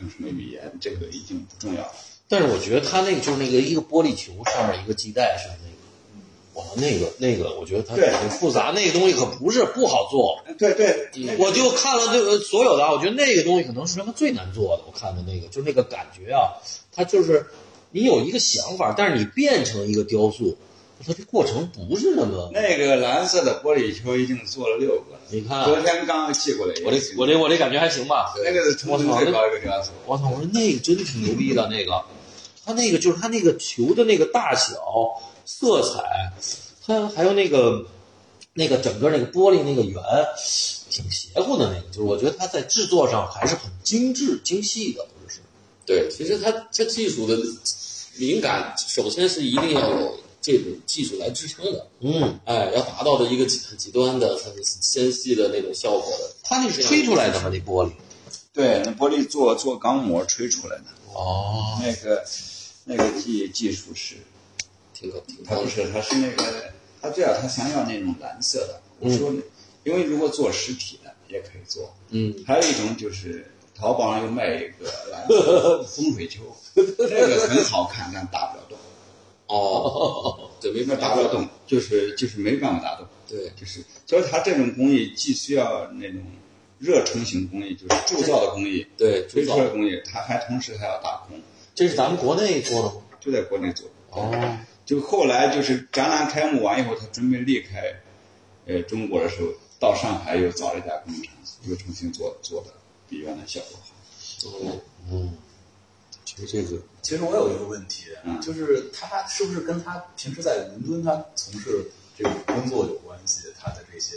S3: 用什么语言，这个已经不重要了。
S1: 但是我觉得他那个就是那个一个玻璃球上面一个鸡蛋上那个，哇，那个那个，我觉得他
S3: 对
S1: 挺复杂，那个东西可不是不好做。
S3: 哎对对，
S1: 我就看了这个所有的啊，我觉得那个东西可能是他妈最难做的。我看的那个，就那个感觉啊，它就是你有一个想法，但是你变成一个雕塑，它这过程不是那么……
S3: 那个蓝色的玻璃球已经做了六个了，
S1: 你看啊，
S3: 昨天刚刚寄过来一个。
S1: 我这我这我这感觉还行吧？
S3: 那个是成本最高的一个雕塑。
S1: 我操！我说那个真挺牛逼的，那个，它那个就是它那个球的那个大小、色彩，它还有那个那个整个那个玻璃那个圆，挺邪乎的那个，就是我觉得它在制作上还是很精致精细的，我就是
S2: 对，其实它它技术的敏感，首先是一定要有这种技术来支撑的，
S1: 嗯，
S2: 哎，要达到的一个极很极端的、很纤细的那种效果的。
S1: 它那是吹出来的嘛，那玻璃。
S3: 对，那玻璃做做钢模吹出来的，
S1: 哦，
S3: 那个那个技技术是，
S2: 挺高挺
S3: 他
S2: 高
S3: 不
S2: 的，
S3: 是，他是那个，他最好他想要那种蓝色的。我说，因为如果做实体的也可以做，
S2: 嗯，
S3: 还有一种就是淘宝上又卖一个蓝色 的风水球，那个很好看，但打不了洞，
S2: 哦，对，没
S3: 因
S2: 法
S3: 为打不了洞，就是就是没办法打洞，
S2: 对，
S3: 就是就是他这种工艺既需要那种热成型工艺，就是铸造的工艺，
S2: 对，
S3: 推
S2: 制造
S3: 出来的工艺，它还同时还要打孔，
S1: 这是咱们国内做的吗？
S3: 就在国内做。
S1: 哦，
S3: 就后来就是展览开幕完以后，他准备离开，呃，中国的时候，到上海又找了一家工厂，又重新做做的比原来效果好。
S1: 嗯，其实这个，
S4: 其实我有一个问题，啊
S3: 嗯
S4: 就是他是不是跟他平时在伦敦他从事这个工作有关系？他的这些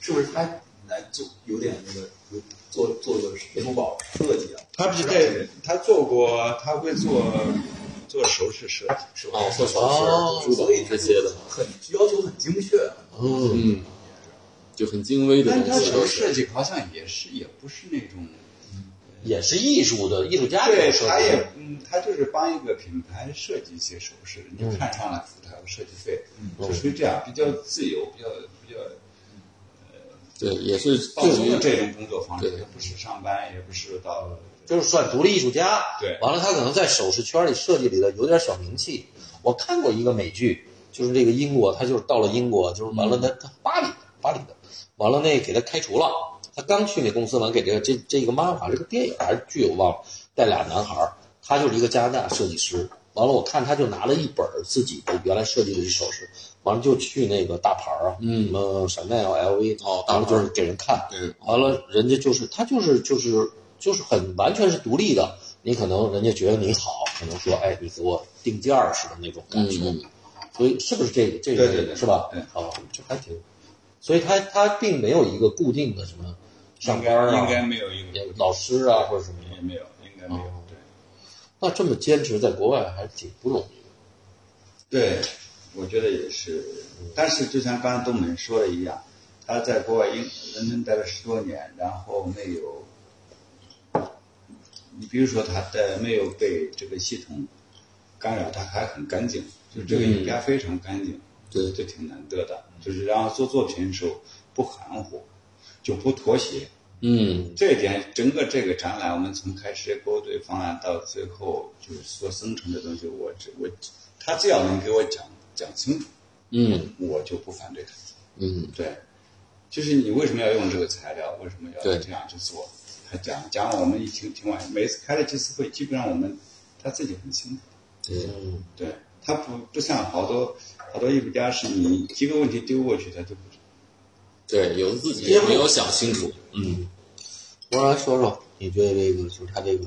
S4: 是不是他来做有点那个有做做个珠宝设计啊？
S3: 他不是在他做过，他会做做首饰设计，
S4: 是吧？
S2: 哦，做首
S1: 哦
S2: 饰、珠宝
S4: 所以
S2: 这些的，
S4: 很
S3: 哦
S4: 要求很精确。啊
S1: 嗯，
S2: 嗯，就很精微的
S3: 但
S2: 东
S3: 他
S2: 西
S3: 首
S2: 都
S3: 饰
S2: 是。
S3: 设计好像也是也不是那种，
S1: 也是艺术的艺术家这
S3: 对
S1: 种，设
S3: 他
S1: 计
S3: 也嗯，他就是帮一个品牌设计一些首饰，你
S2: 嗯
S3: 看上了付他个设计费，就属于这样比较自由，比较比较。
S2: 对，也是
S3: 放
S2: 对
S3: 松的
S2: 于
S3: 这种工作方式，
S2: 对
S3: 也不是上班，也不是到
S1: 就是算独立艺术家。
S3: 对
S1: 完了他可能在首饰圈里、设计里头有点小名气。我看过一个美剧，就是这个英国，他就是到了英国，就是
S2: 嗯
S1: 完了他他巴黎的巴黎的，完了那给他开除了。他刚去那公司完，给这个这这个妈妈，这个电影还是剧我忘了，带俩男孩儿，他就是一个加拿大设计师。完了，我看他就拿了一本儿自己的原来设计的一首饰，完了就去那个大牌儿啊，
S2: 嗯
S1: 什么闪奈 LV，
S2: 哦大
S1: 完了
S2: 牌儿
S1: 就是给人看，
S2: 对
S1: 完了，人家就是他就是就是就是很完全是独立的。你可能人家觉得你好，可能说哎，你给我定价儿似的那种感觉。
S2: 嗯
S1: 所以是不是这个这个
S3: 对对对
S1: 是吧？
S3: 对
S1: 哦，这还挺。所以他他并没有一个固定的什么上
S3: 应
S1: 班
S3: 该
S1: 啊，
S3: 应该没有一个
S1: 也老师啊或者什么哦
S3: 也
S1: 的。
S3: 没有，应该没有。
S1: 那这么坚持在国外还是挺不容易的。
S3: 对，对，我觉得也是。嗯但是就像刚才东门说的一样，他在国外英伦敦待了十多年，然后没有，你比如说他在没有被这个系统干扰，他还很干净，就这个艺术家非常干净，
S2: 对
S3: 这嗯挺难得的。就是然后做作品的时候不含糊，就不妥协。
S2: 嗯，
S3: 这一点，整个这个展览，我们从开始勾兑方案到最后就是所生成的东西，我只我他只要能给我讲讲清楚，
S2: 嗯
S3: 我就不反对他。
S2: 嗯，
S3: 对，就是你为什么要用这个材料，为什么要
S2: 对
S3: 这样去做？他讲讲了我们挺挺晚，每次开了这次会，基本上我们他自己很清楚。
S2: 对，
S3: 对他不不像好多好多艺术家是你一个问题丢过去，他就不知道。
S2: 对，有的自己也没有想清楚，
S1: 我来说说，你对这个就是他这个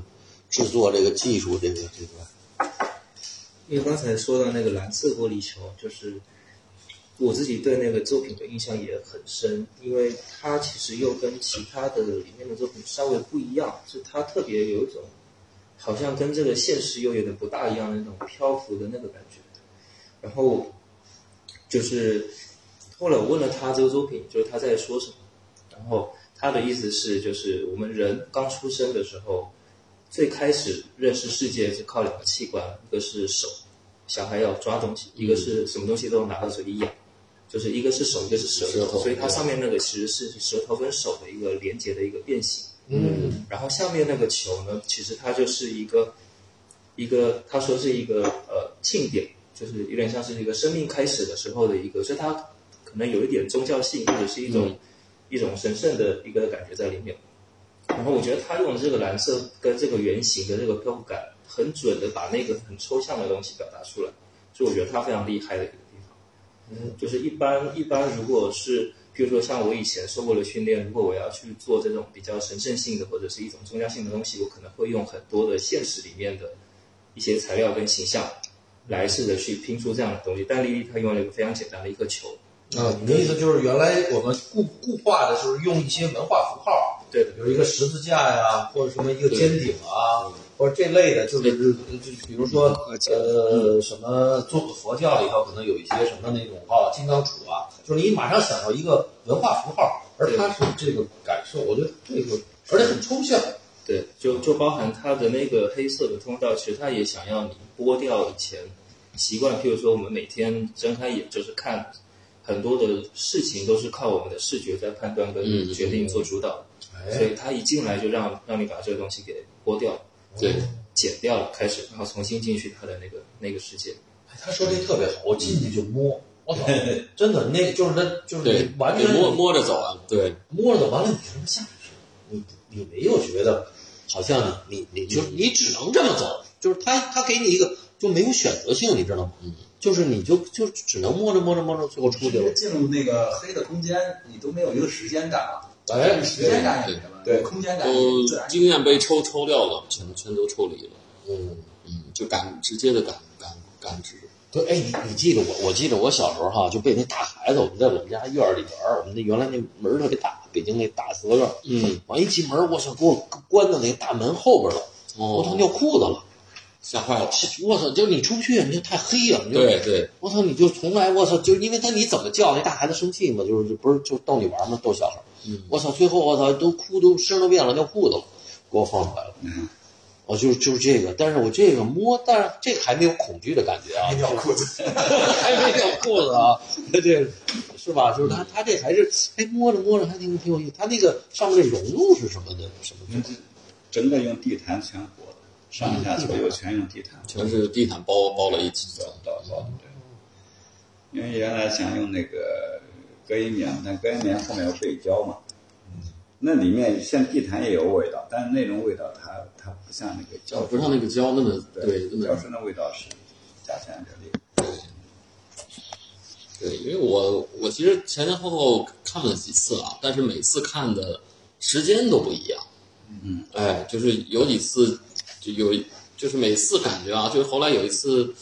S1: 制作这个技术这个这个，
S5: 因为刚才说到那个蓝色玻璃球，就是我自己对那个作品的印象也很深，因为它其实又跟其他的里面的作品稍微不一样，就它特别有一种好像跟这个现实又有点不大一样的那种漂浮的那个感觉。然后就是后来我问了他这个作品，就是他在说什么，然后他的意思是，就是我们人刚出生的时候，最开始认识世界是靠两个器官，一个是手，小孩要抓东西；一个是什么东西都拿到手里咬，就是一个是手，一个是舌
S2: 舌头
S5: 所以它上面那个其实是舌头跟手的一个连接的一个变形。
S1: 嗯
S5: 然后下面那个球呢，其实它就是一个一个，他说是一个呃庆典，就是有点像是一个生命开始的时候的一个，所以它可能有一点宗教性或者是一种、一种神圣的一个感觉在里面。然后我觉得他用的这个蓝色跟这个圆形的这个漂浮感，很准的把那个很抽象的东西表达出来，所以我觉得他非常厉害的一个地方。就是一般一般，如果是譬如说像我以前受过的训练，如果我要去做这种比较神圣性的或者是一种宗教性的东西，我可能会用很多的现实里面的一些材料跟形象来试着去拼出这样的东西。但莉莉她用了一个非常简单的一个球，
S6: 啊，你的意思就是原来我们固固化的就是用一些文化符号，
S5: 对的
S6: 比如一个十字架呀、或者什么一个尖顶啊，或者这类的，就是就比如说呃什么做佛教里头可能有一些什么那种啊金刚杵啊，就是你马上想到一个文化符号，而它是这个感受，我觉得这个而且很抽象，
S5: 对，就就包含它的那个黑色的通道，其实它也想要你剥掉以前习惯，譬如说我们每天睁开眼就是看很多的事情都是靠我们的视觉在判断跟
S2: 嗯哎
S5: 决定做主导，所以它一进来就让让你把这个东西给剥
S2: 哦
S5: 掉、
S2: 对，
S5: 剪掉了，开始，然后重新进去它的那个那个世界。
S6: 哎他说这特别好，我进去就摸，我操，真的那就是他就是
S2: 对
S6: 你，完全
S2: 得摸摸着走啊，对，
S6: 摸了完了，你什么下意识？
S1: 你你没有觉得好像你你就是你只能这么走，就是他他给你一个就没有选择性，你知道吗？就是你就就只能摸着摸着摸着，最后出去
S4: 因
S1: 了
S4: 为。进入那个黑的空间，你都没有一个时间感了，
S6: 哎，
S4: 时间感也没了，
S3: 对对
S4: 空间感也
S2: 都
S4: 自然就
S2: 经验被抽抽掉了，全全都抽离了，
S1: 嗯，
S2: 嗯，就感直接的感感感知，
S1: 对，哎，你你记得我，我记得我小时候哈、就被那大孩子，我们在我们家院儿里边儿，我们那原来那门儿特别大，北京那大四合院，
S2: 嗯，
S1: 往一进门儿，我操，给我关到那大门后边儿了，我操，
S2: 哦，
S1: 尿裤子了，
S2: 吓坏了，
S1: 我操，就是你出不去，你就太黑了，你就
S2: 对对，
S1: 我操，你就从来我操，就是因为他你怎么叫那大孩子生气嘛，就是不是就逗你玩嘛，逗小孩儿。
S6: 嗯
S1: 我操，最后我操都哭都声都变了，尿裤子了，给我放出来了。
S6: 嗯
S1: 我就是就是这个，但是我这个摸，但是这个还没有恐惧的感觉啊，
S4: 尿裤子，
S1: 还没尿裤子啊，这个是吧？就是
S6: 嗯
S1: 他他这还是哎摸着摸着还挺挺有意思，他那个上面的熔炉是什么的什么的？
S3: 整个用地毯全活的，上下左右全用地毯
S2: 全是地毯包包了一起的，
S3: 到到的。对，因为原来想用那个隔音棉，但隔音棉后面有背胶嘛，那里面像地毯也有味道，但是那种味道它它不像那个
S2: 就
S3: 胶
S2: 不像那个胶那么对
S3: 对
S2: 那么
S3: 胶身的味道是加强点厉害。
S2: 对，因为我我其实前前后后看了几次啊，但是每次看的时间都不一样。
S3: 嗯，
S2: 哎，就是有几次就有一，就是每次感觉啊，就是后来有一次，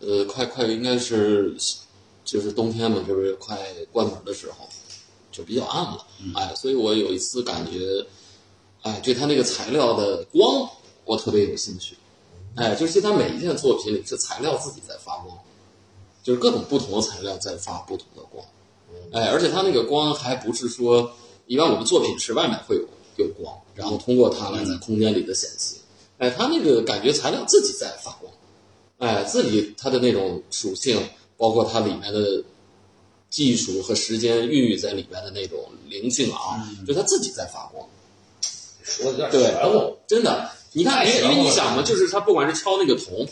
S2: 呃，快快应该是就是冬天嘛，这不是快关门的时候，就比较暗了。哎，所以我有一次感觉，哎，对它那个材料的光，我特别有兴趣。哎，就是它每一件作品里是材料自己在发光。就是各种不同的材料在发不同的光，
S6: 嗯
S2: 哎，而且它那个光还不是说，一般我们作品是外面会有有光，然后通过它来
S6: 嗯
S2: 在空间里的显现，哎，它那个感觉材料自己在发光，哎，自己它的那种属性，包括它里面的技术和时间孕育在里面的那种灵性啊，就它自己在发光，
S6: 嗯说的有点
S2: 对
S6: 玄乎，
S2: 真的，你看，因为你想嘛，就是它不管是敲那个铜，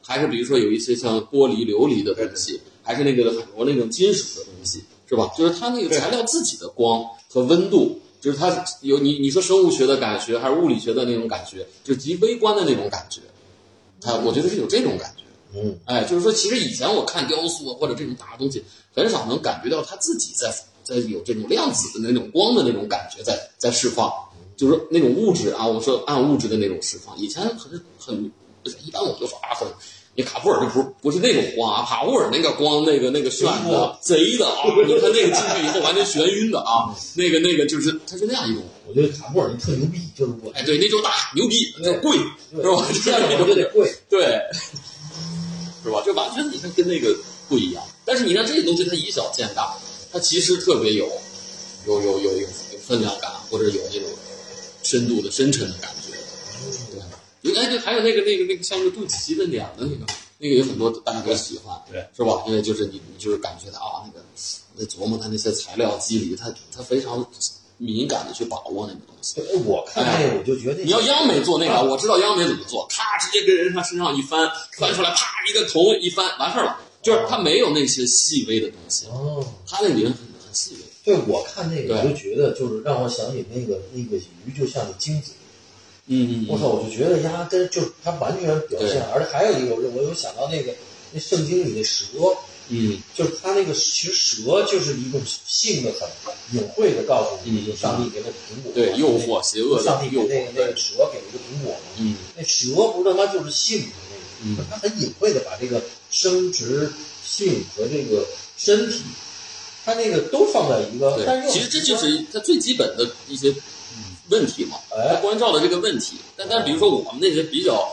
S2: 还是比如说有一些像玻璃、琉璃的东西，还是那个很多那种金属的东西，是吧？就是它那个材料自己的光和温度，就是它有你你说生物学的感觉，还是物理学的那种感觉，就极微观的那种感觉，它我觉得是有这种感觉。
S1: 嗯，
S2: 哎，就是说，其实以前我看雕塑啊或者这种大的东西，很少能感觉到它自己在在有这种量子的那种光的那种感觉在在释放，就是那种物质啊，我说按物质的那种释放，以前很很一般，我就说啊很。你卡布尔就不是不是那种光啊，卡布尔那个光那个那个炫的贼的啊！你看那个进去以后完全眩晕的啊，那个那个就是它是那样一种，
S6: 我觉得卡布尔那特牛逼，就是我
S2: 哎对，那就大牛逼，就贵是吧？
S6: 这样我就得贵。
S2: 对，是吧？这完全你看跟那个不一样，但是你看这个东西它以小见大，它其实特别有有有有有分量感，或者有那种深度的深沉的感觉。有哎，对，还有那个那个那个像那个肚脐的脸的那个，那个有很多大家都喜欢，
S4: 对，
S2: 是吧？因为就是你你就是感觉到啊，那个那琢磨它那些材料肌理，它它非常敏感的去把握那个东西。
S6: 我看那个我就觉得
S2: 哎你要央美做那个，我知道央美怎么做，咔直接跟人上身上一翻，翻出来啪一个头一翻，完事儿了。就是它没有那些细微的东西，
S6: 哦，
S2: 它那里面很很细微。
S6: 对，我看那个我
S2: 对
S6: 就觉得就是让我想起那个那个鱼就像个精子，
S2: 嗯
S6: 我操，我就觉得呀，真就是它完全表
S2: 对
S6: 现，而且还有一个，我我有想到那个那圣经里的蛇，
S2: 嗯
S6: 就是它那个其实蛇就是一种性的很隐晦的告诉你，
S2: 嗯
S6: 就上帝给了苹果，
S2: 对，诱惑邪恶
S6: 上
S2: 的
S6: 帝给
S2: 诱
S6: 那
S2: 惑，
S6: 个那个蛇给了一个苹果嘛，
S2: 嗯
S6: 那蛇不是他妈就是性的那个，它很隐晦的把这个生殖性和这个身体，它那个都放在一个，但是
S2: 对，
S6: 又
S2: 其实这就是它最基本的一些问题嘛。他
S6: 哎，
S2: 关照了这个问题。但但比如说我们那些比较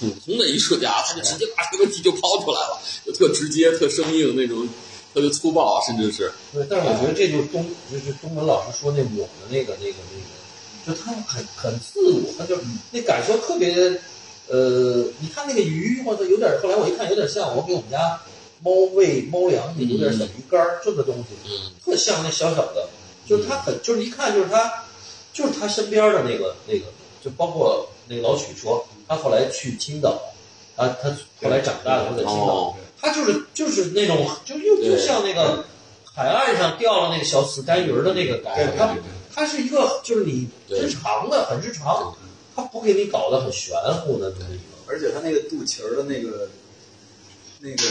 S2: 普通的艺术家，他就直接把这个问题就抛出来了，就特直接、特生硬那种，特别粗暴，啊甚至是
S6: 对，但是我觉得这就是东就是中文老师说那我的那个那个那个，就他很很自我，他就那感受特别，呃，你看那个鱼，我操，有点后来我一看有点像我给我们家猫喂猫粮，有点小鱼干儿这个东西，
S2: 嗯
S6: 特像那小小的，就是他很，就是一看就是他，就是他身边的那个那个，就包括那个老许说，他后来去青岛，嗯他他后来长大了，他在青岛，
S2: 哦，
S6: 他就是就是那种，就又
S2: 对
S6: 就像那个海岸上掉了那个小死单鱼儿的那个感
S3: 对
S6: 觉，
S3: 对
S6: 他
S3: 对对，
S6: 他是一个就是你
S2: 对
S6: 日常的，很日常，他不给你搞得很玄乎的那种。
S4: 而且他那个肚脐儿的那个那个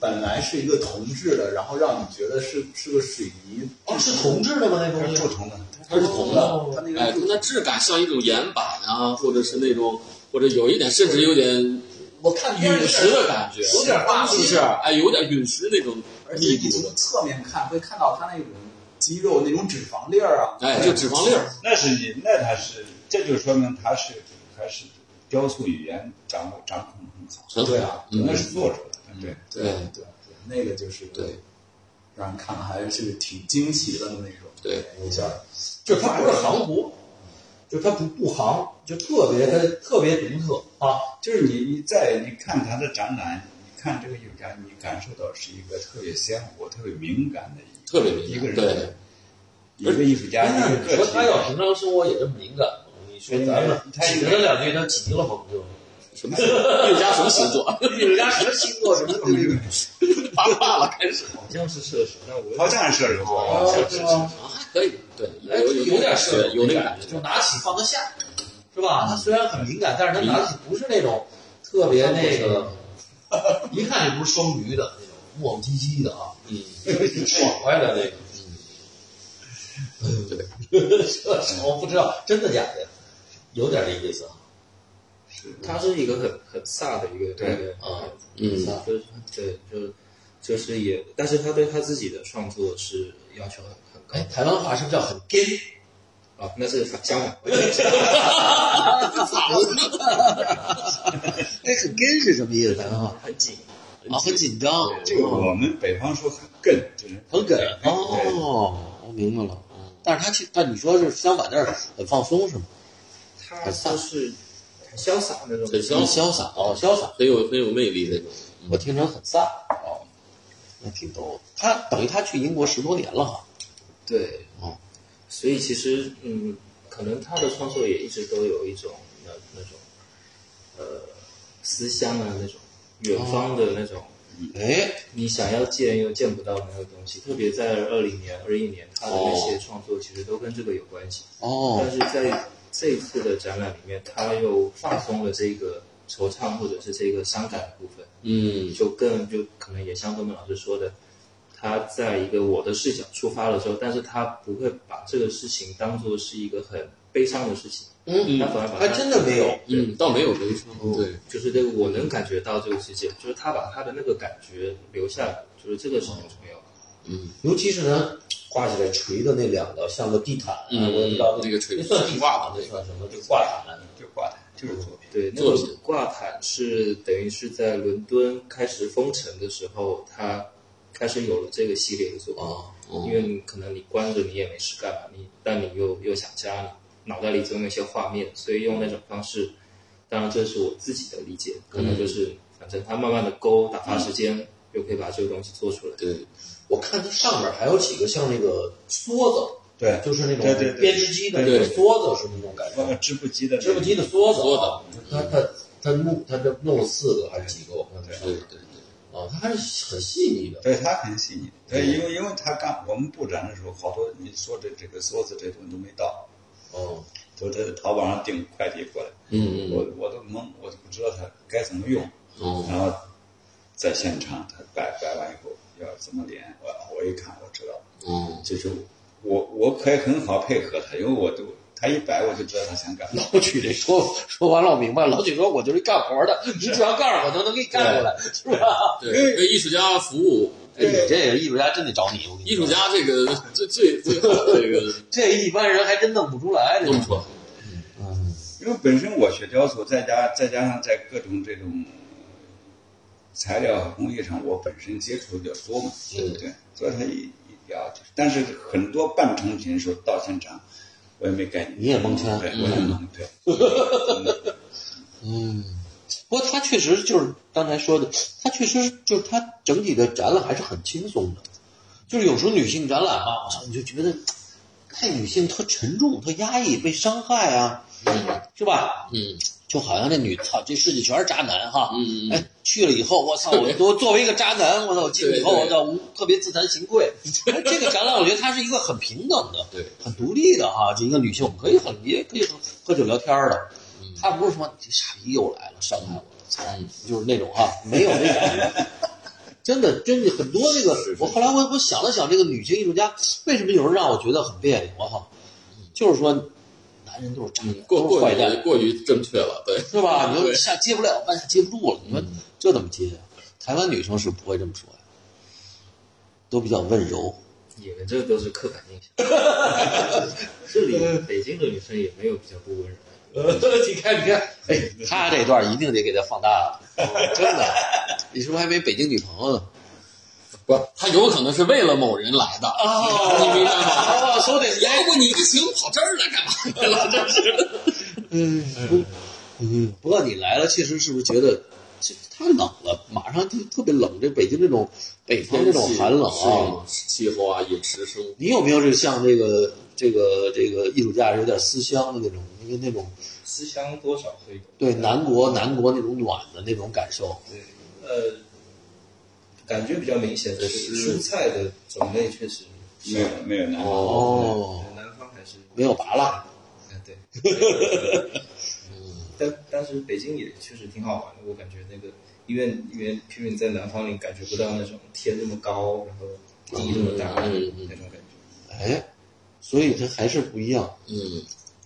S4: 本来是一个铜制的，然后让你觉得是是个水泥，
S6: 哦，是同志的吗？那
S3: 它
S6: 东
S3: 是
S6: 西
S3: 蛀虫的，
S2: 它是铜的，
S4: 它那
S2: 哎，
S4: 个
S2: 它的质感像一种岩板啊，或者是那种，或者有一点甚至有点
S6: 我看别人
S2: 陨石的感觉，
S6: 有点东
S2: 是不
S6: 西
S2: 是？哎，有点陨石那种
S4: 而且
S2: 密
S4: 你
S2: 度
S4: 从，
S2: 的
S4: 侧面看会看到它那种肌肉那种脂肪粒儿啊，
S2: 哎，就脂肪粒儿，
S3: 那是你，那他是，这就说明他是还是雕塑语言掌握掌控得很好，
S2: 很
S4: 对
S2: 好，
S4: 啊，
S2: 嗯
S3: 那是做出来的，对。
S4: 对
S2: 对
S4: 对，那个就是
S2: 对
S4: 让人看了还是挺惊奇的那种，
S2: 对，
S4: 一下
S6: 就是它不是行活，就是它不不行，就特别特别独特啊。
S3: 就是你你在你看他的展览，你看这个艺术家，你感受到是一个特别鲜活、特别敏感的一
S2: 特别
S3: 个一
S2: 敏
S3: 个
S2: 感，
S3: 人
S2: 对，，
S3: 一个艺术家，一
S6: 那
S3: 个
S6: 你
S3: 个
S6: 说
S3: 体。
S6: 他要平常生活也这么敏感吗？你说咱们挤了两句，他急了吗？不就？
S2: 什么艺术家什么星座，
S6: 人家什么星座什么
S3: 这个
S2: 八卦了开始。
S5: 好像是射手，但我
S3: 好像是射手座，好像是
S6: 对吧？
S2: 啊，还可以，对，
S6: 哎，
S2: 有
S6: 有点
S2: 感
S6: 是
S2: 觉，有那个
S6: 那感
S2: 感
S6: 觉，
S2: 觉，
S6: 就拿起放得下，是吧？他虽然很敏感，但是他拿起不是那种特别那 个，一看就不是双鱼的那种磨磨唧唧的啊，
S2: 嗯，
S6: 爽快的那个。
S2: 对，
S6: 这什 么我不知道，真的假的呀？有点这意思啊。
S5: 他是一个很很飒的一个
S3: 对
S5: 一个
S6: 啊
S2: 嗯
S5: 很飒就是对，就就是也，但是他对他自己的创作是要求很很高
S6: 哎，台湾话是不是叫很颠？
S5: 啊，那是反相反，
S6: 哎，很颠是什么意思？台哦湾话
S5: 很紧，
S1: 啊，很紧张，
S3: 这个我们北方说很艮，就是
S1: 很梗。哦，我明白了。但是他去，但你说是相反，那是很放松是吗？
S5: 他就是很潇洒那种，
S2: 很潇
S1: 很
S2: 洒，
S1: 潇洒哦，潇洒。
S2: 很有很有魅力那种。
S1: 我听成很飒哦，那挺逗的。他等于他去英国十多年了哈。
S5: 对，
S1: 哦，
S5: 所以其实嗯，可能他的创作也一直都有一种那那种呃思乡啊那种远方的那种
S1: 哎，
S5: 你想要见又见不到那个东西，特别在二零年、二一年，他的那些创作其实都跟这个有关系。
S1: 哦
S5: 但是在这一次的展览里面，他又放松了这个惆怅或者是这个伤感的部分，
S1: 嗯
S5: 就更就可能也像东本老师说的，他在一个我的视角出发的时候，但是他不会把这个事情当做是一个很悲伤的事情，
S1: 嗯
S5: 他反而把
S1: 还
S5: 它
S1: 真的没有，
S2: 嗯，倒没有悲伤，对，
S5: 就是这个我能感觉到这个世界，就是他把他的那个感觉留下来，就是这个是很重要的。
S6: 尤其是呢，挂起来垂的那两个像个地毯啊，
S2: 嗯
S6: 我也不知道
S2: 那个垂
S6: 那算地挂吧，那算什么？这挂毯。
S3: 就挂毯，就是作品。
S5: 对，那
S2: 作
S5: 个
S2: 品
S5: 挂毯是等于是在伦敦开始封城的时候，他开始有了这个系列的作品。
S2: 啊，哦
S5: 因为你可能你关着你也没事干嘛，你但你又又想家，你脑袋里总有一些画面，所以用那种方式，当然这是我自己的理解，可能就是、反正他慢慢的勾打发时间，又可以把这个东西做出来。
S2: 对，
S6: 我看它上面还有几个像那个梭子，
S3: 对，
S6: 就是那种
S3: 对对对
S6: 编织机的那
S2: 对
S6: 个梭子，是那种感
S3: 包括
S6: 觉。
S3: 织布机的那个
S6: 织布机的梭子，啊
S2: 梭
S6: 子，它它它弄它这弄了四个还是几个？我看它
S2: 对
S6: 是
S2: 对对，
S6: 啊，它还是很细腻的。
S3: 对他很细腻，对，因为因为他刚我们布展的时候，好多你说的这个梭子这种都没到，
S6: 哦，
S3: 都在淘宝上订快递过来，
S2: 嗯嗯
S3: 我我都懵，我都不知道它该怎么用，
S2: 哦，
S3: 然后在现场他摆摆完以后要怎么连，我我一看我知道，
S2: 哦，
S3: 就是我我可以很好配合他，因为我都他一摆我就知道他想干嘛，
S1: 老许这说说完了，我明白了。老许说我就是一干活的，你只要告诉我就能给你干过来，是吧？
S2: 对，为艺术家服务，
S1: 哎，你这个艺术家真得找你，我跟你
S2: 艺
S1: 说
S2: 术家这个最最最好的这个
S1: 这一般人还真弄不出来，这
S2: 弄出来，
S3: 因为本身我学雕塑，再加再加上在各种这种材料和工艺上，我本身接触的比较多嘛，对不对？所以它一一聊，就是但是很多半成品的时候到现场，我也没概念，
S1: 你也蒙圈
S3: 对，我也蒙对，
S1: 嗯，不过他确实就是刚才说的，他确实就是他整体的展览还是很轻松的，就是有时候女性展览
S2: 嗯
S1: 啊，我操，你就觉得太女性特沉重、特压抑、被伤害啊，是吧？
S2: 嗯
S1: 就好像这女操，这世界全是渣男哈。
S2: 嗯嗯
S1: 哎，去了以后，我操！我我作为一个渣男，我操！我进去以后，
S2: 对对
S1: 我操，无特别自惭形 愧。哎这个展览，我觉得它是一个很平等的，
S2: 对，
S1: 很独立的哈。这一个女性，我们可以很也可以喝喝酒聊天的。
S2: 嗯
S1: 她不是说这傻逼又来了，伤害我了，操！就是那种哈，没有那种。真的，真的很多那个，我后来我我想了想，这个女性艺术家为什么有人让我觉得很别扭？我操，就是说，男人都是渣男
S2: 嗯，，过
S1: 都是
S2: 过
S1: 坏蛋，
S2: 于过于正确了，对，
S1: 是吧？你说
S2: 对
S1: 下接不了，半下接不住了，你说这怎么接呀、啊台湾女生是不会这么说呀，都比较温柔。
S5: 你们这都是刻板印象。 这里北京的女生也没有比较不温柔，
S6: 你看你看，
S1: 哎，她这段一定得给她放大了，真的。 你是不是还没北京女朋友呢？
S2: 不，他有可能是为了某人来的，
S1: 哦
S2: 你明白吗？
S1: 哦，说得
S2: 要不哎你疫情跑这儿来干嘛 去了？真是，
S1: 嗯，不过你来了，确实是不是觉得这太冷了？马上就特别冷，这北京这种北方这种寒冷啊，
S2: 是气候啊，饮食生活，
S1: 你有没有这像这个这个这个艺术家有点思乡的那种，那个那种
S5: 思乡多少会有。
S1: 对南国南国那种暖的那种感受？
S5: 对，呃，感觉比较明显的就是蔬菜的种类确实
S3: 没有没有那个
S1: 哦，
S5: 南方还是
S1: 没有拔蜡，
S5: 嗯， 对。但但是北京也确实挺好玩的，我感觉那个，因为因为偏远在南方，你感觉不到那种天那么高，然后地那么大、
S2: 嗯嗯
S5: 那种感觉。
S1: 哎，所以它还是不一样。
S2: 嗯，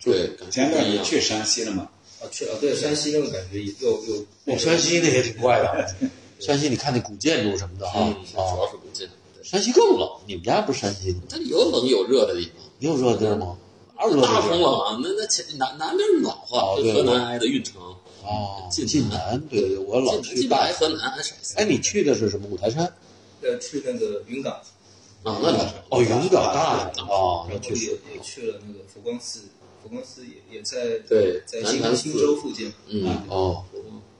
S2: 对，感觉
S3: 前段
S2: 不一
S3: 你
S2: 样。
S3: 去山西了吗？
S5: 啊，去啊，对，山西那种感觉也又又
S1: 我山西那也挺怪的， 山西你看那古建筑什么的哈
S2: 嗯，主
S1: 啊，
S2: 要是不近，对，
S1: 山西更冷。你们家不是山西的吗？
S2: 它有冷有热的地方。
S1: 也有热地儿吗？哪有热
S2: 大
S1: 地
S2: 风
S1: 儿？
S2: 冷啊，那那前南南边是老
S1: 哦
S2: 话，就
S1: 对
S2: 河南挨着运城，
S1: 哦，
S2: 晋
S1: 晋
S2: 南
S1: 南，对对，我老
S2: 近
S1: 去
S2: 基
S1: 大
S2: 本。挨河南挨陕西。
S1: 哎，你去的是什么？五台山？
S5: 呃去那个云冈，
S2: 啊，那倒是
S1: 哦，云冈大理哦，
S5: 然
S1: 那
S5: 后
S1: 确实。
S5: 也也去了那个佛光寺，佛光寺也也在
S2: 对
S5: 在
S2: 南
S5: 新
S2: 坛
S5: 新
S2: 寺
S5: 州附近。
S2: 嗯
S1: 哦，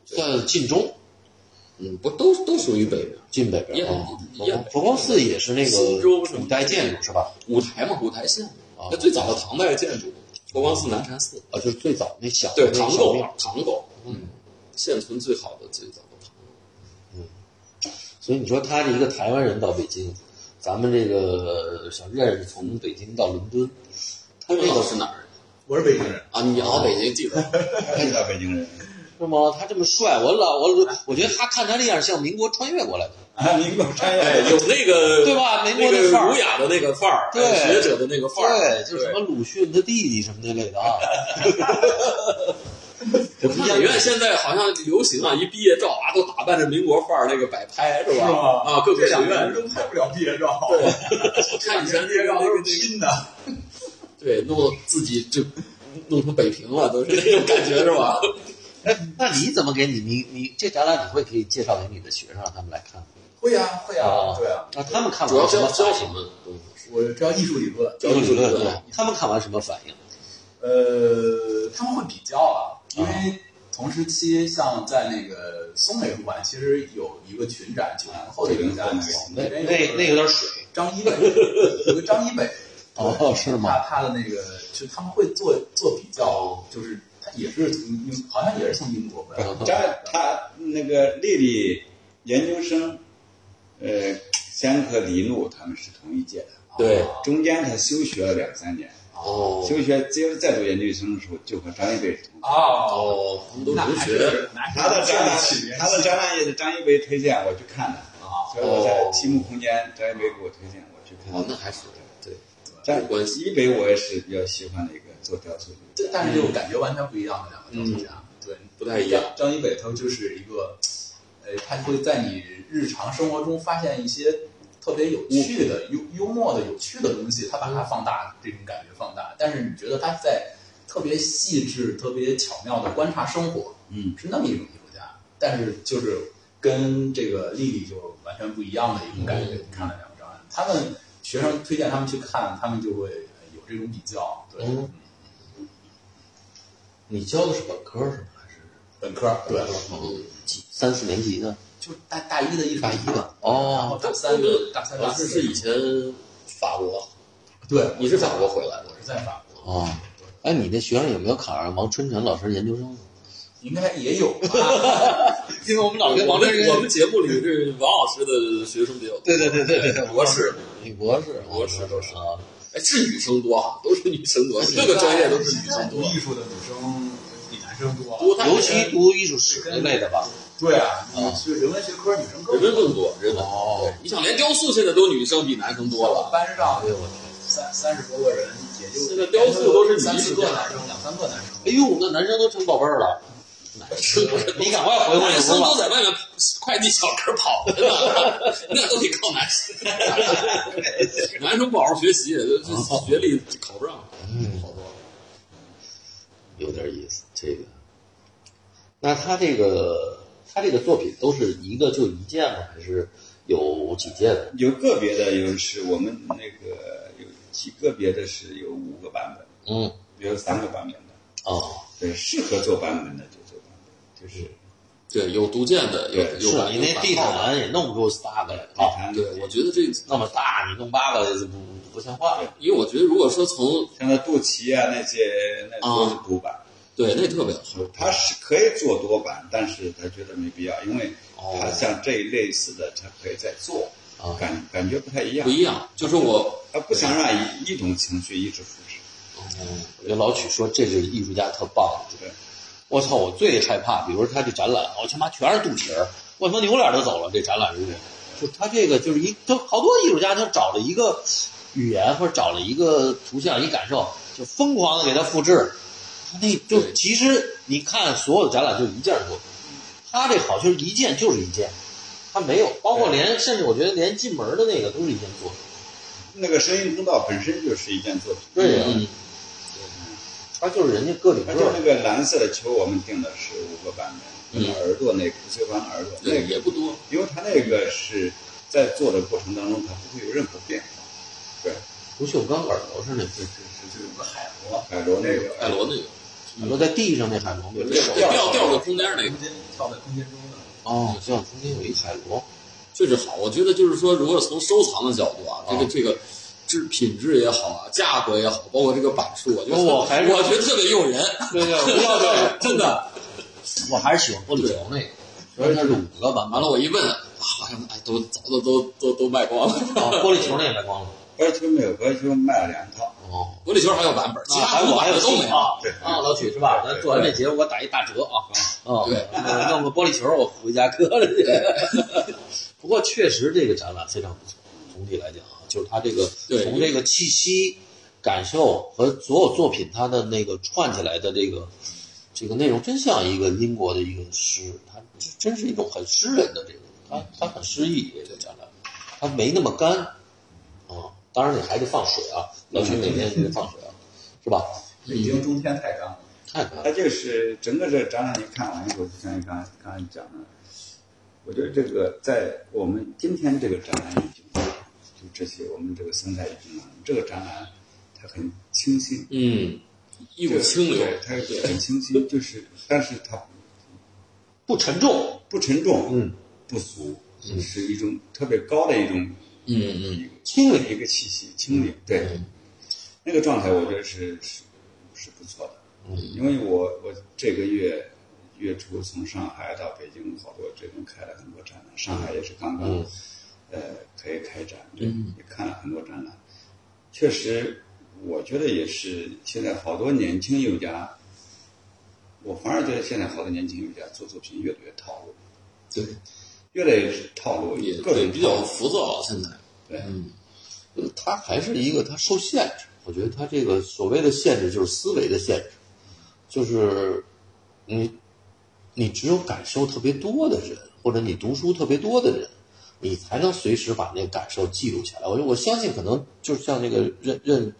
S1: 算晋中，
S2: 嗯，不都都属于北边。
S1: 晋北边
S2: 也
S1: 儿哦。佛
S2: 也
S1: 光佛光寺也是那
S2: 新州
S1: 个
S2: 什么
S1: 古代建筑是吧？
S2: 五台嘛，五台县
S1: 啊，
S2: 那最早的唐代建筑，佛光寺、南禅寺，
S1: 啊，就是最早那小的
S2: 对，
S1: 那
S2: 唐嗯
S1: 小
S2: 构
S1: 庙儿，
S2: 唐构，嗯，现存最好的最早的唐构，
S1: 所以你说他这一个台湾人到北京，咱们这个小认识从北京到伦敦，他这
S2: 这
S1: 个哦
S2: 个是哪儿
S4: 我是北京人，
S2: 啊？你熬北京记者，
S3: 遇到北京人，
S1: 是吗？他这么帅，我老我我觉得他看他这样像民国穿越过来的，
S3: 啊，民国穿
S5: 哎，
S3: 越，
S5: 有那个
S1: 对吧
S5: 那
S1: 民国那范
S5: 个
S1: 儿
S5: 儒雅的那个范儿，
S1: 对
S5: 哎学者的那个范儿，
S1: 对，就是什么鲁迅他弟弟什么那类的啊。
S2: 我看演员现在好像流行啊，一毕业照啊都打扮着民国范儿那个摆拍是吧？
S4: 是吗
S2: 啊，各个
S4: 这
S2: 学
S4: 两个
S2: 院
S4: 人，都拍不了毕业照，
S2: 看以前
S4: 毕业照都是拼的。
S2: 对弄得自己就弄成北平了，都是那种感觉是吧？
S1: 哎，那你怎么给你你你这展览你会可以介绍给你的学生让他们来看吗？
S4: 会呀，会呀，对啊。
S1: 让他们看
S2: 主要
S1: 完什
S2: 教
S1: 么
S2: 教
S1: 反
S2: 什
S1: 应？
S2: 么东西？
S4: 我教艺术理论，
S2: 教艺术理论
S1: 对，他们看完什么反应？
S4: 呃，他们会比较啊，因为同时期像在那个松美术馆，其实有一个群展，九零后的一个展，
S1: 那
S4: 里面
S1: 那
S4: 有
S1: 那有点水
S4: 张一北，有个张一北，
S1: 哦，是
S4: 他
S1: 吗？
S4: 他的那个就他们会做做比较，就是他也是从英，好像也是从英国回来的，
S3: 他他那个丽丽研究生，呃，先和李璐他们是同一届的，
S2: 对，
S3: 中间他休学了两三年，
S2: 哦
S3: 休学接着再读研究生的时候就和张一北是同一届。
S4: 哦，
S2: 哦，他们都
S4: 那
S2: 留
S4: 还
S2: 学，
S4: 是那
S3: 他的展览
S4: 区别，，
S3: 他的展览也是张一北推荐我去看的，
S4: 啊，
S3: 所以我在积木空间，张一北给我推荐我去看
S2: 哦，
S3: 的。
S2: 那还是对，
S3: 张
S2: 有关系
S3: 一北我也是比较喜欢的一个做雕塑的。
S4: 这但是就感觉完全不一样的两个雕塑家，对，
S2: 嗯不太一样。
S4: 张一北他就是一个，呃，他会在你日常生活中发现一些特别有趣的、幽幽默的、有趣的东西，他把它放大，这种感觉放大。但是你觉得他在特别细致、特别巧妙的观察生活，
S3: 嗯，
S4: 是那么一种艺术家。但是就是跟这个丽丽就完全不一样的一种
S2: 嗯
S4: 感觉。你看了两张，他们学生推荐他们去看，他们就会呃有这种比较，
S2: 哦
S4: 对。
S1: 嗯你教的是本科是吗？还是
S4: 本科对，
S1: 几三四年级的？
S4: 就大大一的艺术，
S1: 大一的
S4: 然后
S1: 哦，
S4: 大三的大三大
S2: 老师
S4: 四
S2: 是
S4: 的
S2: 以前法国，
S4: 对，
S2: 你是法国回来的
S4: 我是在法国，
S1: 哦，哎，你那学生有没有考上王春晨老师研究生？
S4: 应该也有 吧？
S1: 因为我们老
S2: 我们我们节目里是王老师的学生比较多，
S1: 对对对对对，
S2: 博士，
S1: 女博士，
S2: 博士
S1: 都是啊，
S2: 哎，是女生多哈，都是女生多，各个专业都是女
S4: 现在
S2: 生
S4: 读
S2: 多，
S4: 艺术的女生比男生多
S2: 多
S4: 啊，
S2: 太多
S1: 尤其读艺术史那类的吧。
S4: 对啊，你去人文学科女生更
S2: 人文
S4: 多。
S2: 更多，人文。
S1: 哦，
S2: 你想，连雕塑现在都女生比男生多
S4: 我
S2: 了，
S4: 班上
S1: 哎呦我天！
S4: 三三十多个人，也就
S2: 现在雕塑都是女
S4: 三四
S2: 艺术
S4: 个
S2: 家
S4: 男生，两三个男生。
S1: 哎呦，那男生都成宝贝儿了，你赶快回回
S2: 男
S1: 屋
S2: 生都
S1: 吧。
S2: 在外面快递小哥跑着呢， 那都得靠男生。男生不好好学习，这这学历考不上。
S1: 嗯，有点意思，这个。那他这个他这个作品都是一个就一件吗？还是有几件的？
S3: 有个别的有是我们那个有几个别的是有五个版本，
S1: 嗯，
S3: 有三个版本的，
S1: 哦，
S3: 对，适合做版本的就做版本，就是
S2: 对，有独建的，有有
S1: 是啊，因为地毯也弄不出八个来
S3: 地
S1: 啊，
S3: 毯
S2: 对，我觉得这，
S1: 那么大你弄八个不不像话。
S2: 因为我觉得如果说从
S3: 像那肚脐啊那些，那都是独版。
S2: 对那特别好，
S3: 他是可以做多版，但是他觉得没必要，因为
S2: 哦
S3: 他像这一类似的，他可以再做，
S1: 哦
S3: 感感觉不太一样
S2: 不。一样，就是我
S3: 他不想让一一种情绪一直复制。
S1: 嗯，我觉得老曲说这是艺术家特棒的。
S3: 对，
S1: 我操，我最害怕，比如他这展览，我他妈全是肚脐儿，我他妈扭脸都走了。这展览如果就他这个就是一，就好多艺术家就找了一个语言或者找了一个图像一感受，就疯狂的给它复制。那就
S2: 对
S1: 其实你看所有的展览就一件作品，他这好就是一件就是一件，他没有，包括连甚至我觉得连进门的那个都是一件作品。
S3: 那个声音通道本身就是一件作品。
S1: 对呀、
S2: 嗯
S1: 他就是人家个里
S3: 而
S1: 个
S3: 且那
S1: 儿。
S3: 个蓝色的球，我们定的是五个版本，
S2: 嗯
S3: 那个耳朵那个不锈钢耳朵那
S2: 对
S3: 个，
S2: 也不多，
S3: 因为它那个是在做的过程当中，它不会有任何变化。对，
S1: 不锈钢耳朵是那
S3: 这这
S4: 就有个海螺，
S3: 这海螺那个
S2: 哦海螺那个
S1: 海螺在地上那海螺嗯没有
S3: 对
S1: 手
S3: 掉
S2: 掉掉到空间那个
S4: 空间跳在空间中的，
S1: 哦，就像中间有一海螺，
S2: 确实好。我觉得就是说，如果从收藏的角度啊，这个这个质品质也好啊，价格也好，包括这个版数，我觉得
S1: 我还是
S2: 我觉得特别诱人，
S1: 对对，我要的
S2: 真的。
S1: 我还是喜欢玻璃球那个，所以它是五个版本
S2: 完了，。我一问，啊，看，哎，都早都都都都卖光了。
S1: 啊，玻璃球那也卖光了。
S3: 玻璃球没有，玻璃球卖了两套。
S2: 哦，玻璃球还有版本，其他
S1: 我啊还有
S2: 的都没有。
S1: 啊，啊，老许是吧？咱做完这节目，我打一大折啊！啊，
S2: 对
S1: 我弄个玻璃球，我回家搁着去。不过确实这个展览非常不错，总体来讲啊，就是它这个
S2: 对
S1: 从这个气息、感受和所有作品它的那个串起来的这个这个内容，真像一个英国的一个诗，它真是一种很诗人的这种，它它很诗意这个展览，它没那么干啊。当然你还得放水啊，老徐每天就得放水啊，是吧？
S4: 北京冬天太干了。
S1: 太难了。
S3: 它就是整个这展览一看完以后，就像你刚才刚才讲的，我觉得这个在我们今天这个展览已经，就这些我们这个生态已经，这个展览它很清新，
S2: 嗯，一股清流
S3: 对，它很清新，就是但是它
S1: 不沉重，
S3: 不沉重，
S1: 嗯，
S3: 不俗，是一种特别高的一种
S2: 嗯嗯，
S1: 清理
S3: 一个气息，清理，对，那个状态我觉得是是是不错的。嗯，因为我我这个月月初从上海到北京，好多这种开了很多展览，上海也是刚刚、
S2: 嗯
S3: 呃可以开展，对，也看了很多展览。确实，我觉得也是现在好多年轻艺术家，我反而觉得现在好多年轻艺术家做作品越来越套路，
S2: 对，
S3: 越来越是套路，
S2: 也
S3: 各
S2: 对
S3: 种
S2: 比较
S3: 套路
S2: 浮躁现在。
S3: 对。
S1: 它还是一个它受限制。我觉得它这个所谓的限制就是思维的限制，就是你你只有感受特别多的人，或者你读书特别多的人，你才能随时把那个感受记录下来。我我相信，可能就是像这个任任，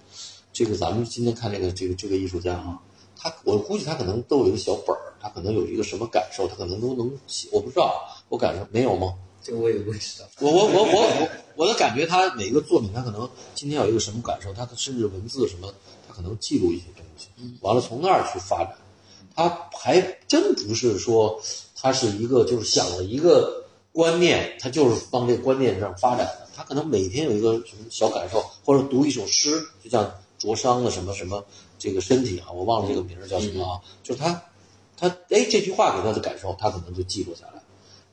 S1: 这个咱们今天看这个这个这个艺术家啊，他我估计他可能都有一个小本儿，他可能有一个什么感受，他可能都能写。我不知道，我感受没有吗？
S5: 这个我也不知道。
S1: 我我我我我我的感觉，他每个作品，他可能今天有一个什么感受，他甚至文字什么，他可能记录一些东西，完了从那儿去发展。他还真不是说他是一个就是想了一个观念，他就是往这个观念上发展的。他可能每天有一个什么小感受，或者读一首诗，就像灼伤的什么什么这个身体啊，我忘了这个名儿叫什么啊，就是他他哎这句话给他的感受，他可能就记录下来。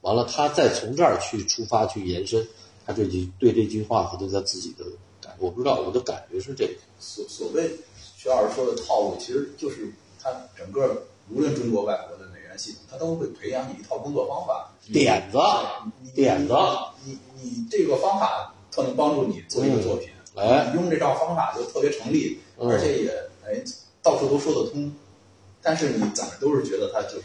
S1: 完了，他再从这儿去出发去延伸，他这句对这句话和对他自己的感，我不知道，我的感觉是这个。
S4: 所所谓徐老师说的套路，其实就是他整个无论中国外国的美元系统，他都会培养你一套工作方法。
S1: 点子，啊
S4: 你
S1: 点子，
S4: 你你你这个方法特能帮助你做一个作品，
S1: 嗯哎
S4: 你用这套方法就特别成立，
S1: 嗯
S4: 而且也哎到处都说得通。但是你怎么都是觉得他就是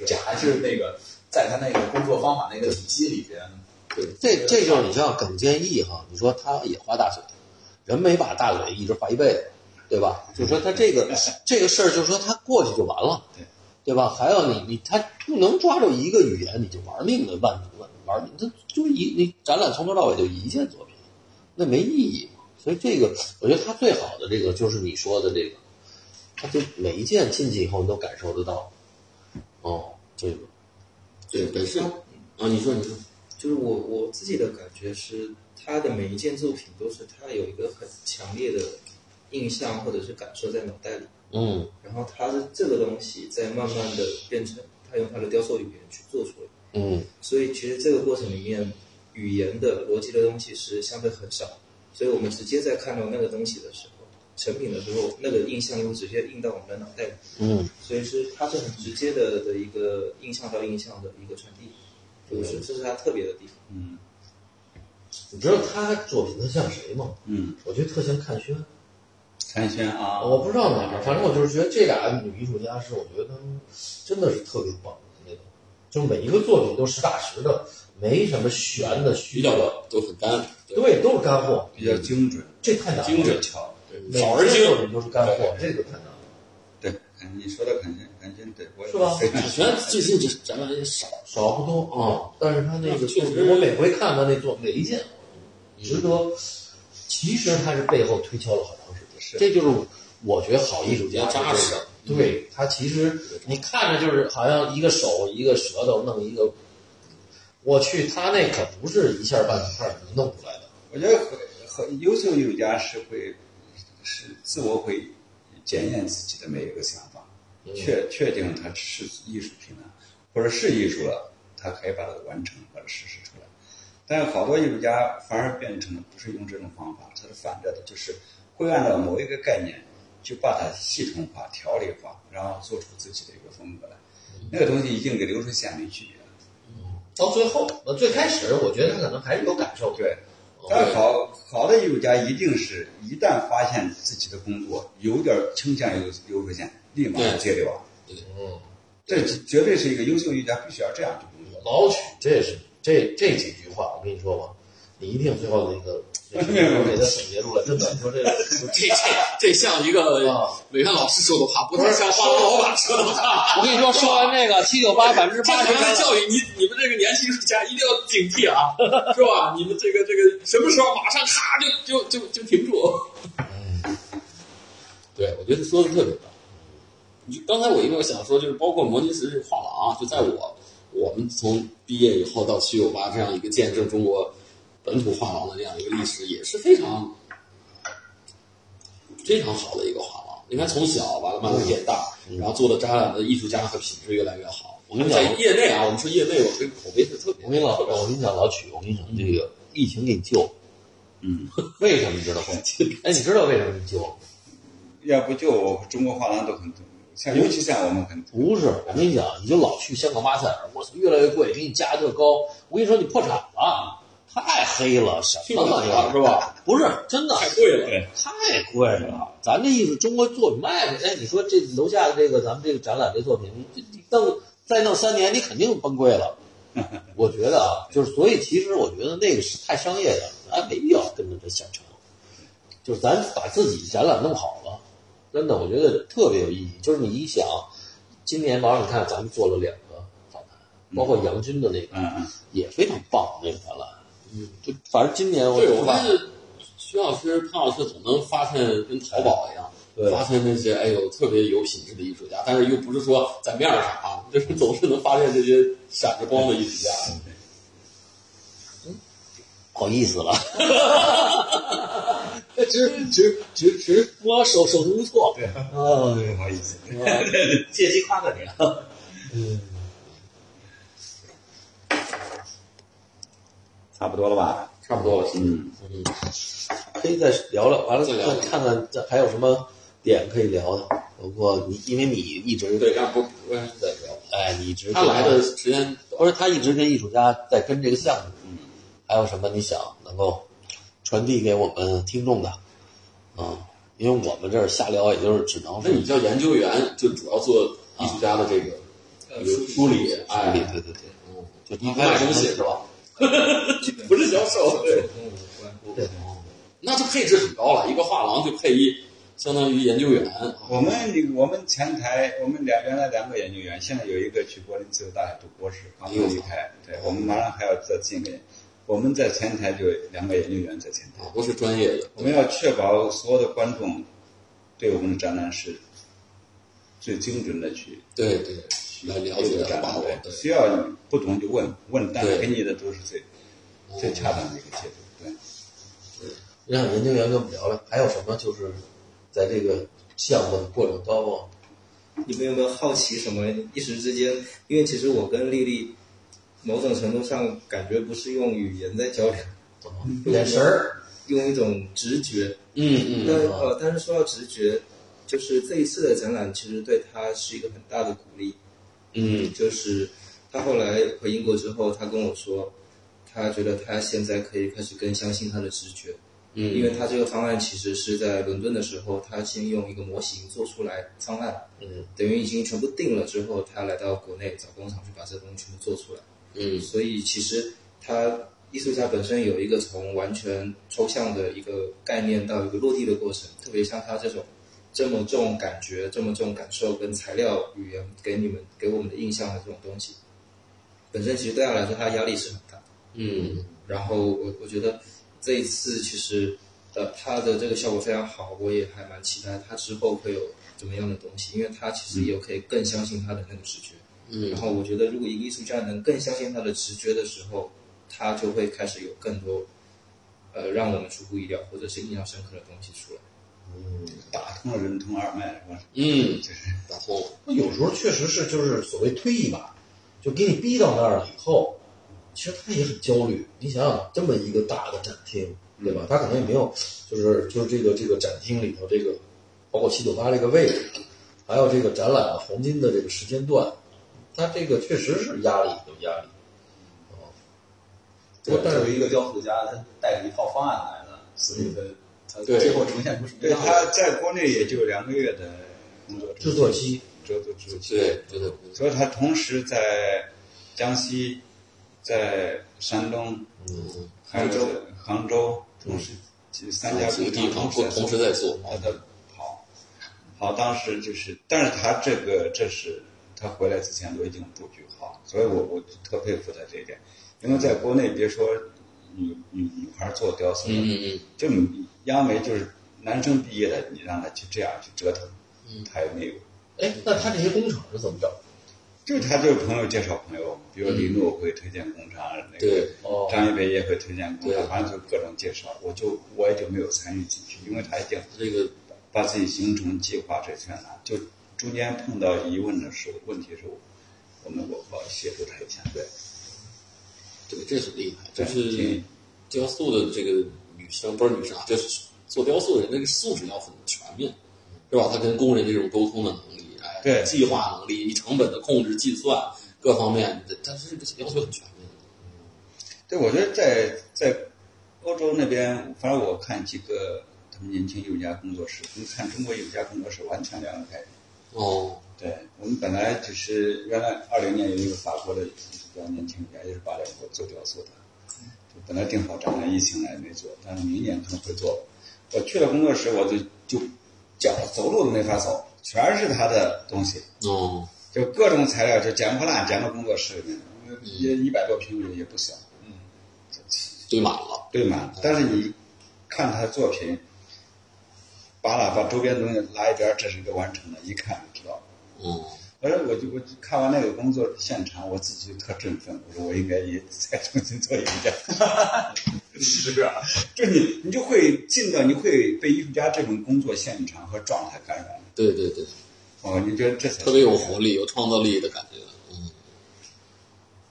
S4: 就是还是那个在他那个工作方法那个体系里边，对
S1: 这这就是你像耿建义哈，你说他也画大嘴，人没把大嘴一直画一辈子，对吧？就说他这个这个事儿，就说他过去就完了，
S3: 对
S1: 对吧？还有你你他不能抓住一个语言，你就玩命的万玩玩命，这就是一你展览从头到尾就一件作品，那没意义嘛。所以这个我觉得他最好的这个就是你说的这个，他就每一件进去以后你都感受得到，哦，这个
S2: 对，本身啊，你说你说，
S5: 就是我我自己的感觉是，他的每一件作品都是他有一个很强烈的印象或者是感受在脑袋里，
S1: 嗯
S5: 然后他的这个东西再慢慢的变成他用他的雕塑语言去做出来。
S1: 嗯
S5: 所以其实这个过程里面，语言的逻辑的东西是相对很少，所以我们直接在看到那个东西的时候，成品的时候，那个印象又直接印到我们的脑袋里，
S1: 嗯
S5: 所以是它是很直接的的一个印象到印象的一个传递，就是这是它特别的地方。
S1: 你知道他作品他像谁吗？
S3: 嗯，
S1: 我觉得特像看轩，
S3: 残轩啊，
S1: 我不知道哪儿，反正我就是觉得这俩女艺术家是，我觉得她们真的是特别棒的那种，就每一个作品都实打实的，没什么悬的虚
S2: 比较
S1: 的，
S2: 都很干，
S1: 对，都是干货，
S3: 比较精准，
S1: 这太难了，
S2: 精准
S3: 巧，对
S1: 每一个作品都是干货，这个太难了，
S3: 对，你说到肯轩，肯轩对我也
S1: 是吧
S3: 非常
S2: 感觉最近这展览也少，
S1: 少不多啊、但是他那个
S2: 确实
S1: 作品我每回看他那作每一件，值得，其实他是背后推敲了好长时间，
S3: 是
S1: 这就是我觉得好艺术家
S2: 比较扎实。
S1: 对他其实你看着就是好像一个手一个舌头弄一个，我去他那可不是一下半两下能弄出来的。
S3: 我觉得很很优秀艺术家是会是自我会检验自己的每一个想法，
S6: 嗯
S3: 确确定它是艺术品了，或者是艺术了，他可以把它完成，把它实施出来。但是好多艺术家反而变成了不是用这种方法，他是反着的，就是会按照某一个概念，就把它系统化、条理化，然后做出自己的一个风格来。那个东西已经跟流水线没区别了。
S6: 嗯到最后，呃，最开始我觉得他可能还是有感受的，
S3: 对，但是好好的艺术家一定是一旦发现自己的工作有点倾向于流水线，立马
S2: 对
S3: 就接掉。
S6: 嗯，
S3: 这绝对是一个优秀艺术家必须要这样去工作。
S6: 老曲，这也是这这几句话，我跟你说吧，你一定最后那个 那个给他总结出来，真的，你说这个
S2: 这这这像一个
S6: 啊，
S2: 伟汉老师说的话，不太像花老板说的话。
S1: 我跟你说，说完这个七九八百分之
S2: 这
S1: 八
S2: 你们的
S1: 十，
S2: 教育，你你们这个年轻艺术家一定要警惕 啊，是吧？你们这个这个什么时候马上咔就就就就停住？ 对，我觉得说的特别棒。你就刚才我因为我想说，就是包括摩尼石这画廊啊，就在我我们从毕业以后到七九八这样一个见证中国本土画廊的这样一个历史，也是非常非常好的一个画廊。你看，从小完了慢慢变大，然后做的展览的艺术家和品质越来越好。
S1: 我跟你讲
S2: 在业内啊，我们说业内，我这个口碑是特别。
S1: 我跟你老，
S2: 特别好
S1: 我跟你讲老曲，我跟你讲这个疫情给你救，
S3: 嗯，
S1: 为什么你知道吗？哎，你知道为什么你救吗？
S3: 要不就中国画廊都很，像
S2: 嗯
S3: 尤其像我们很，
S1: 不是，我跟你讲，你就老去香港巴塞尔，我操，越来越贵，给你加特高。我跟你说，你破产了，太黑了，什么
S2: 不了
S1: 玩意儿
S2: 是吧？
S1: 不是真的，
S2: 太贵了，
S3: 对
S1: 太贵了。咱这艺术，中国作品卖的，哎，你说这楼下的这个咱们这个展览这作品，你你弄再弄三年，你肯定崩溃 了。我觉得啊，就是所以，其实我觉得那个是太商业的，咱没必要跟着这下场。就是咱把自己展览弄好了，真的，我觉得特别有意义。就是你一想，今年马上你看咱们做了两个访谈，包括杨军的那个、
S3: 嗯嗯，
S1: 也非常棒，那个展览。嗯，就反正今年我
S2: 对，我
S1: 吧
S2: 发，现徐老师、潘老师总能发现跟淘宝一样，
S1: 对
S2: 发现那些哎呦特别有品质的艺术家，但是又不是说在面儿上啊，就是总是能发现这些闪着光的艺术家。
S1: 不好意思了。
S6: 直
S1: 直直直播手手足无措。对，
S3: 不好意 思，嗯
S6: 借机夸夸你啊，
S3: 差不多了吧？
S2: 差不多了，
S3: 嗯，
S1: 可以再聊聊，完了
S2: 再
S1: 再
S2: 聊聊
S1: 看看这还有什么点可以聊的，包括你，因为你一直
S2: 对，让不不让再聊。
S1: 哎，你一直
S2: 他来的时间
S1: 不是他一直跟艺术家在跟这个项目，还有什么你想能够传递给我们听众的，嗯，因为我们这儿瞎聊，也就是只能
S2: 那
S1: 是
S2: 你叫研究员，就主要做艺术家的这个
S4: 呃
S2: 有梳理，哎，
S1: 对对对对，就
S2: 你
S1: 他
S2: 不
S1: 还有
S2: 卖
S1: 什么
S2: 东西是吧？ 不是销售，对。
S5: 嗯
S2: 那就配置很高了，一个画廊就配一，相当于研究员。啊
S3: 我们那个我们前台，我们两原来两个研究员，现在有一个去柏林自由大学读博士，刚刚离开，对我们马上还要再进一个，我们在前台就两个研究员在前台，
S2: 啊，都是专业的。
S3: 我们要确保所有的观众对我们的展览是最精准的去
S2: 对对，来了解来
S3: 展
S2: 把
S3: 览
S2: 握。
S3: 对，
S2: 对，
S3: 需要你不懂就问问，但是给
S2: 对
S3: 你的都是最最恰当的一个解读，对。
S1: 让研究员跟我们聊聊，还有什么就是在这个项目的过程当中，
S5: 你们有没有好奇什么？一时之间，因为其实我跟丽丽某种程度上感觉不是用语言在交流，
S6: 眼神儿，
S5: 用一种直觉。
S2: 嗯
S5: 那
S2: 嗯，
S5: 呃，但是说到直觉，就是这一次的展览其实对他是一个很大的鼓励。
S2: 嗯，
S5: 就是他后来回英国之后，他跟我说，他觉得他现在可以开始更相信他的直觉。
S2: 嗯
S5: 因为他这个方案其实是在伦敦的时候，他先用一个模型做出来方案，
S1: 嗯，
S5: 等于已经全部定了之后，他来到国内找工厂去把这东西全部做出来。
S2: 嗯
S5: 所以其实他艺术家本身有一个从完全抽象的一个概念到一个落地的过程，特别像他这种这么重感觉、这么重感受跟材料语言给你们给我们的印象的这种东西，本身其实对他来说，他的压力是很大的。
S2: 嗯
S5: 然后我我觉得这一次其实呃它的这个效果非常好，我也还蛮期待它之后会有怎么样的东西，因为它其实也可以更相信它的那个直觉。
S2: 嗯
S5: 然后我觉得如果一个艺术家能更相信他的直觉的时候，他就会开始有更多呃让我们出乎意料或者是印象深刻的东西出来。
S3: 打通了人通二脉是吧？
S2: 嗯，
S3: 就是
S2: 打通了。
S6: 有时候确实是就是所谓推一把，就给你逼到那儿了以后，其实他也很焦虑。你想想，这么一个大的展厅，对吧？他可能也没有，就是就是这个这个展厅里头这个，包括七九八这个位置，还有这个展览的黄金的这个时间段，他这个确实是压力有压力。哦，不过但
S4: 作
S6: 是
S4: 为一个雕塑家，他带着一套方案来的，所以他他
S3: 对
S4: 最后呈现出什么
S3: 对，
S4: 样子？
S3: 他在国内也就两个月的工作
S6: 制作期
S3: 折作之期，
S2: 对对对，
S3: 所以他同时在江西、在山东、
S6: 嗯，
S3: 还有在杭州，同时这三家工
S2: 几个地
S3: 厂
S2: 方
S3: 同时在
S2: 同
S3: 做
S2: 同时在做，
S3: 他的跑，跑当时就是，但是他这个这是他回来之前都已经布局好，所以我我就特佩服他这一点，因为在国内别说女女女孩做雕塑了，
S2: 嗯嗯嗯，
S3: 就央美就是男生毕业的，你让他去这样去折腾，他也没有，
S6: 哎，那他这些工厂是怎么找？
S3: 就是他就是朋友介绍朋友，比如李诺会推荐工厂，那个
S2: 嗯对，
S6: 哦，
S3: 张一北也会推荐工
S2: 对啊
S3: 厂，反正就各种介绍，我就我也就没有参与进去，因为他已经
S2: 这个
S3: 把自己行程计划这全了，就中间碰到疑问的时候，问题的时候，我们我我协助他一下，对，
S2: 对，这很厉害，就
S3: 对
S2: 是
S3: 挺
S2: 雕塑的这个女生不是女生啊，就是做雕塑的人那个素质要很全面，对吧？他跟工人这种沟通的能力，哎，
S3: 对
S2: 计划能力、成本的控制、计算各方面，他这个要求很全面。
S3: 对，我觉得在在欧洲那边，反正我看几个他们年轻艺术家工作室，跟看中国艺术家工作室完全两个概念。
S2: 哦，
S3: 对我们本来就是原来二零年有一个法国的艺术家年轻人，也是八零后做雕塑的，
S2: 嗯
S3: 就本来定好展览，疫情来没做，但是明年可能会做。我去了工作室，我就就脚走路都没法走，全是他的东西，
S2: 哦，
S3: 就各种材料，就捡破烂捡到工作室里面，也
S2: 嗯
S3: 一百多平米也不小，
S2: 堆满了，
S3: 对吗？但是你看他的作品，扒拉把周边东西拉一边，这是一个完成的，一看就知道。
S2: 嗯，
S3: 反正我就我就看完那个工作现场，我自己就特振奋，我说我应该也再重新做一遍。
S4: 是啊，
S3: 就你你就会进到，你会被艺术家这种工作现场和状态感染。
S2: 对对对，
S3: 哦，你觉得这才是
S2: 特别有活力、有创造力的感觉，嗯，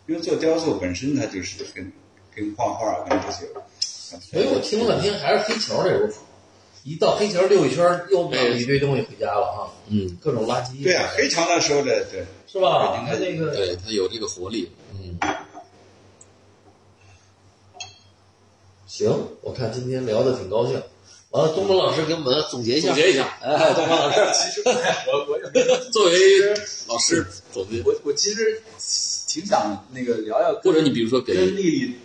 S3: 因为做雕塑本身它就是跟跟画画跟这些。
S6: 所以我听了半天还是黑球那入口，一到黑球溜一圈儿，又买了一堆东西回家了啊，
S2: 嗯，
S6: 各种垃圾，
S3: 对啊，黑桥那时候的对，
S6: 是吧？
S3: 应
S6: 他
S3: 该
S6: 那个
S2: 对他有这个活力，嗯，
S6: 行，我看今天聊的挺高兴。完了，东鹏老师给我们总结一下
S2: 总，结一下，
S6: 哎，东鹏老师，
S4: 其实哎我我也没
S2: 作为老师总结，
S4: 我我其实挺想那个聊聊
S2: 或
S4: 跟
S2: 者你比如说给，
S4: 跟丽丽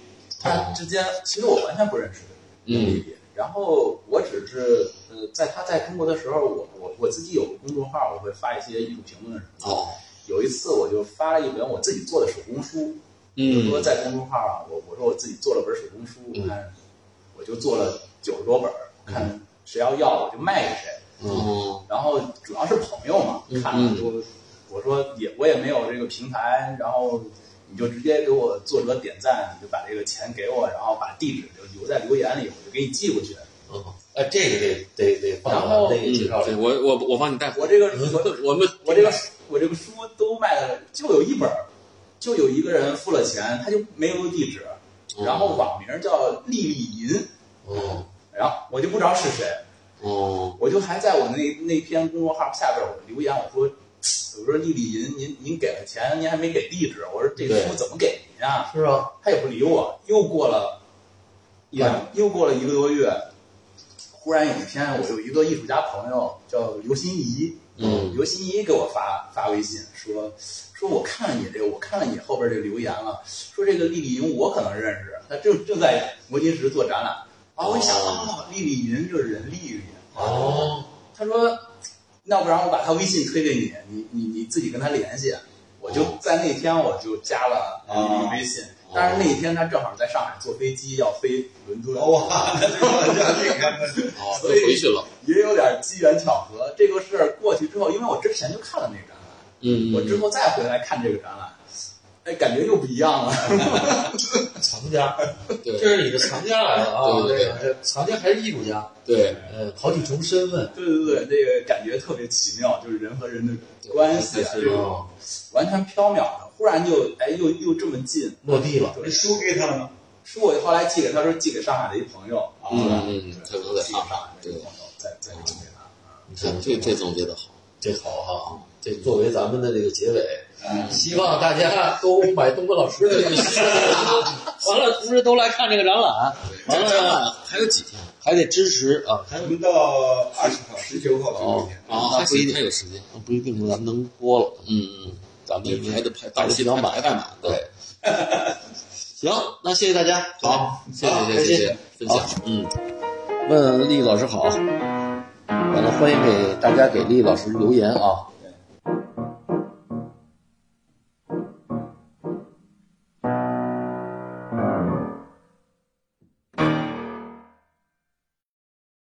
S4: 她之间，其实我完全不认识丽
S2: 嗯
S4: 丽。然后我只是呃，在她在中国的时候，我我我自己有个公众号，我会发一些艺术评论什么的。
S2: 哦，
S4: 有一次我就发了一本我自己做的手工书，就是
S2: 嗯
S4: 说在公众号上，我我说我自己做了本手工书，
S2: 嗯
S4: 看我就做了九十多本儿，看谁要要我就卖给谁。
S2: 哦，嗯
S4: 然后主要是朋友嘛，看了就我说也我也没有这个平台，然后你就直接给我作者点赞，你就把这个钱给我，然后把地址就留在留言里，我就给你寄过去。
S6: 嗯，哎，这个得得得放
S4: 然后
S6: 到啊这个介绍
S2: 嗯，
S6: 里
S2: 对，我我我帮你带
S4: 我这个我
S2: 我我们
S4: 我这个我这个书都卖了，就有一本儿，就有一个人付了钱，他就没有地址，然后网名叫丽丽银，
S2: 哦
S4: 然后我就不知道是谁，
S2: 哦
S4: 我就还在我那那篇公众号下边我留言，我说，我说丽丽您您您给了钱，您还没给地址，我说这
S2: 对
S4: 书怎么给您啊？
S6: 是吧？
S4: 他也不理我。又过了一两，又过了一个多月，忽然有一天，我有一个艺术家朋友叫刘心怡，
S2: 嗯
S4: 刘心怡给我发发微信说说我看了你这个，我看了你后边这个留言了，说这个丽丽银我可能认识，她正正在摩金石做展览。啊，我一想，哦，丽丽银就是人丽丽，
S6: 哦，
S4: 他啊说，要不然我把他微信推给你，你你你自己跟他联系。我就在那天我就加了丽丽微信，但是那一天他正好在上海坐飞机要飞伦敦，
S3: 哇，那就我讲厉害了。
S2: 哦，又
S4: 所以
S2: 回去了，
S4: 也有点机缘巧合。这个事儿过去之后，因为我之前就看了那个展览，
S2: 嗯，
S4: 我之后再回来看这个展览，哎，感觉又不一样了。
S6: 藏家，
S2: 对
S6: 这是你的藏家来了啊！
S2: 对对
S6: 这个这藏家还是艺术家，
S2: 对
S6: 呃，好几重身份。
S4: 对对对，这个感觉特别奇妙，就是人和人的关系啊，这种完全缥缈的。突然就哎又又这么近，
S6: 落地了。
S4: 对
S3: 你输给他了吗？
S4: 是我后来寄给他说寄给上海的一朋友啊，
S2: 嗯嗯
S4: 对
S2: 对对对
S4: 寄给上海的一朋友，再再寄给他。
S2: 这这这总结的好，
S6: 这好哈、
S1: 嗯
S6: 这作为咱们的这个结尾，
S3: 嗯
S6: 希望大家都买东坡老师的这个书，
S1: 完了，不是都来看这个展览，完了
S2: 还有几天
S1: 还得支持啊，还
S3: 我们到二十号、十九号最
S1: 哦
S3: 后一天，
S6: 哦
S2: 啊？还行，还有时间。
S1: 不一定咱们能播了，
S2: 嗯嗯，
S1: 咱们
S2: 你还得排，
S1: 到
S2: 到
S1: 时
S2: 时
S1: 候
S2: 候
S1: 排
S2: 排代码。对，
S1: 行，那谢谢大家，好，
S2: 谢
S1: 好
S2: 谢
S1: 开心
S2: 谢谢分享，嗯。
S1: 问丽丽老师好，完了欢迎给大家给丽丽老师留言啊，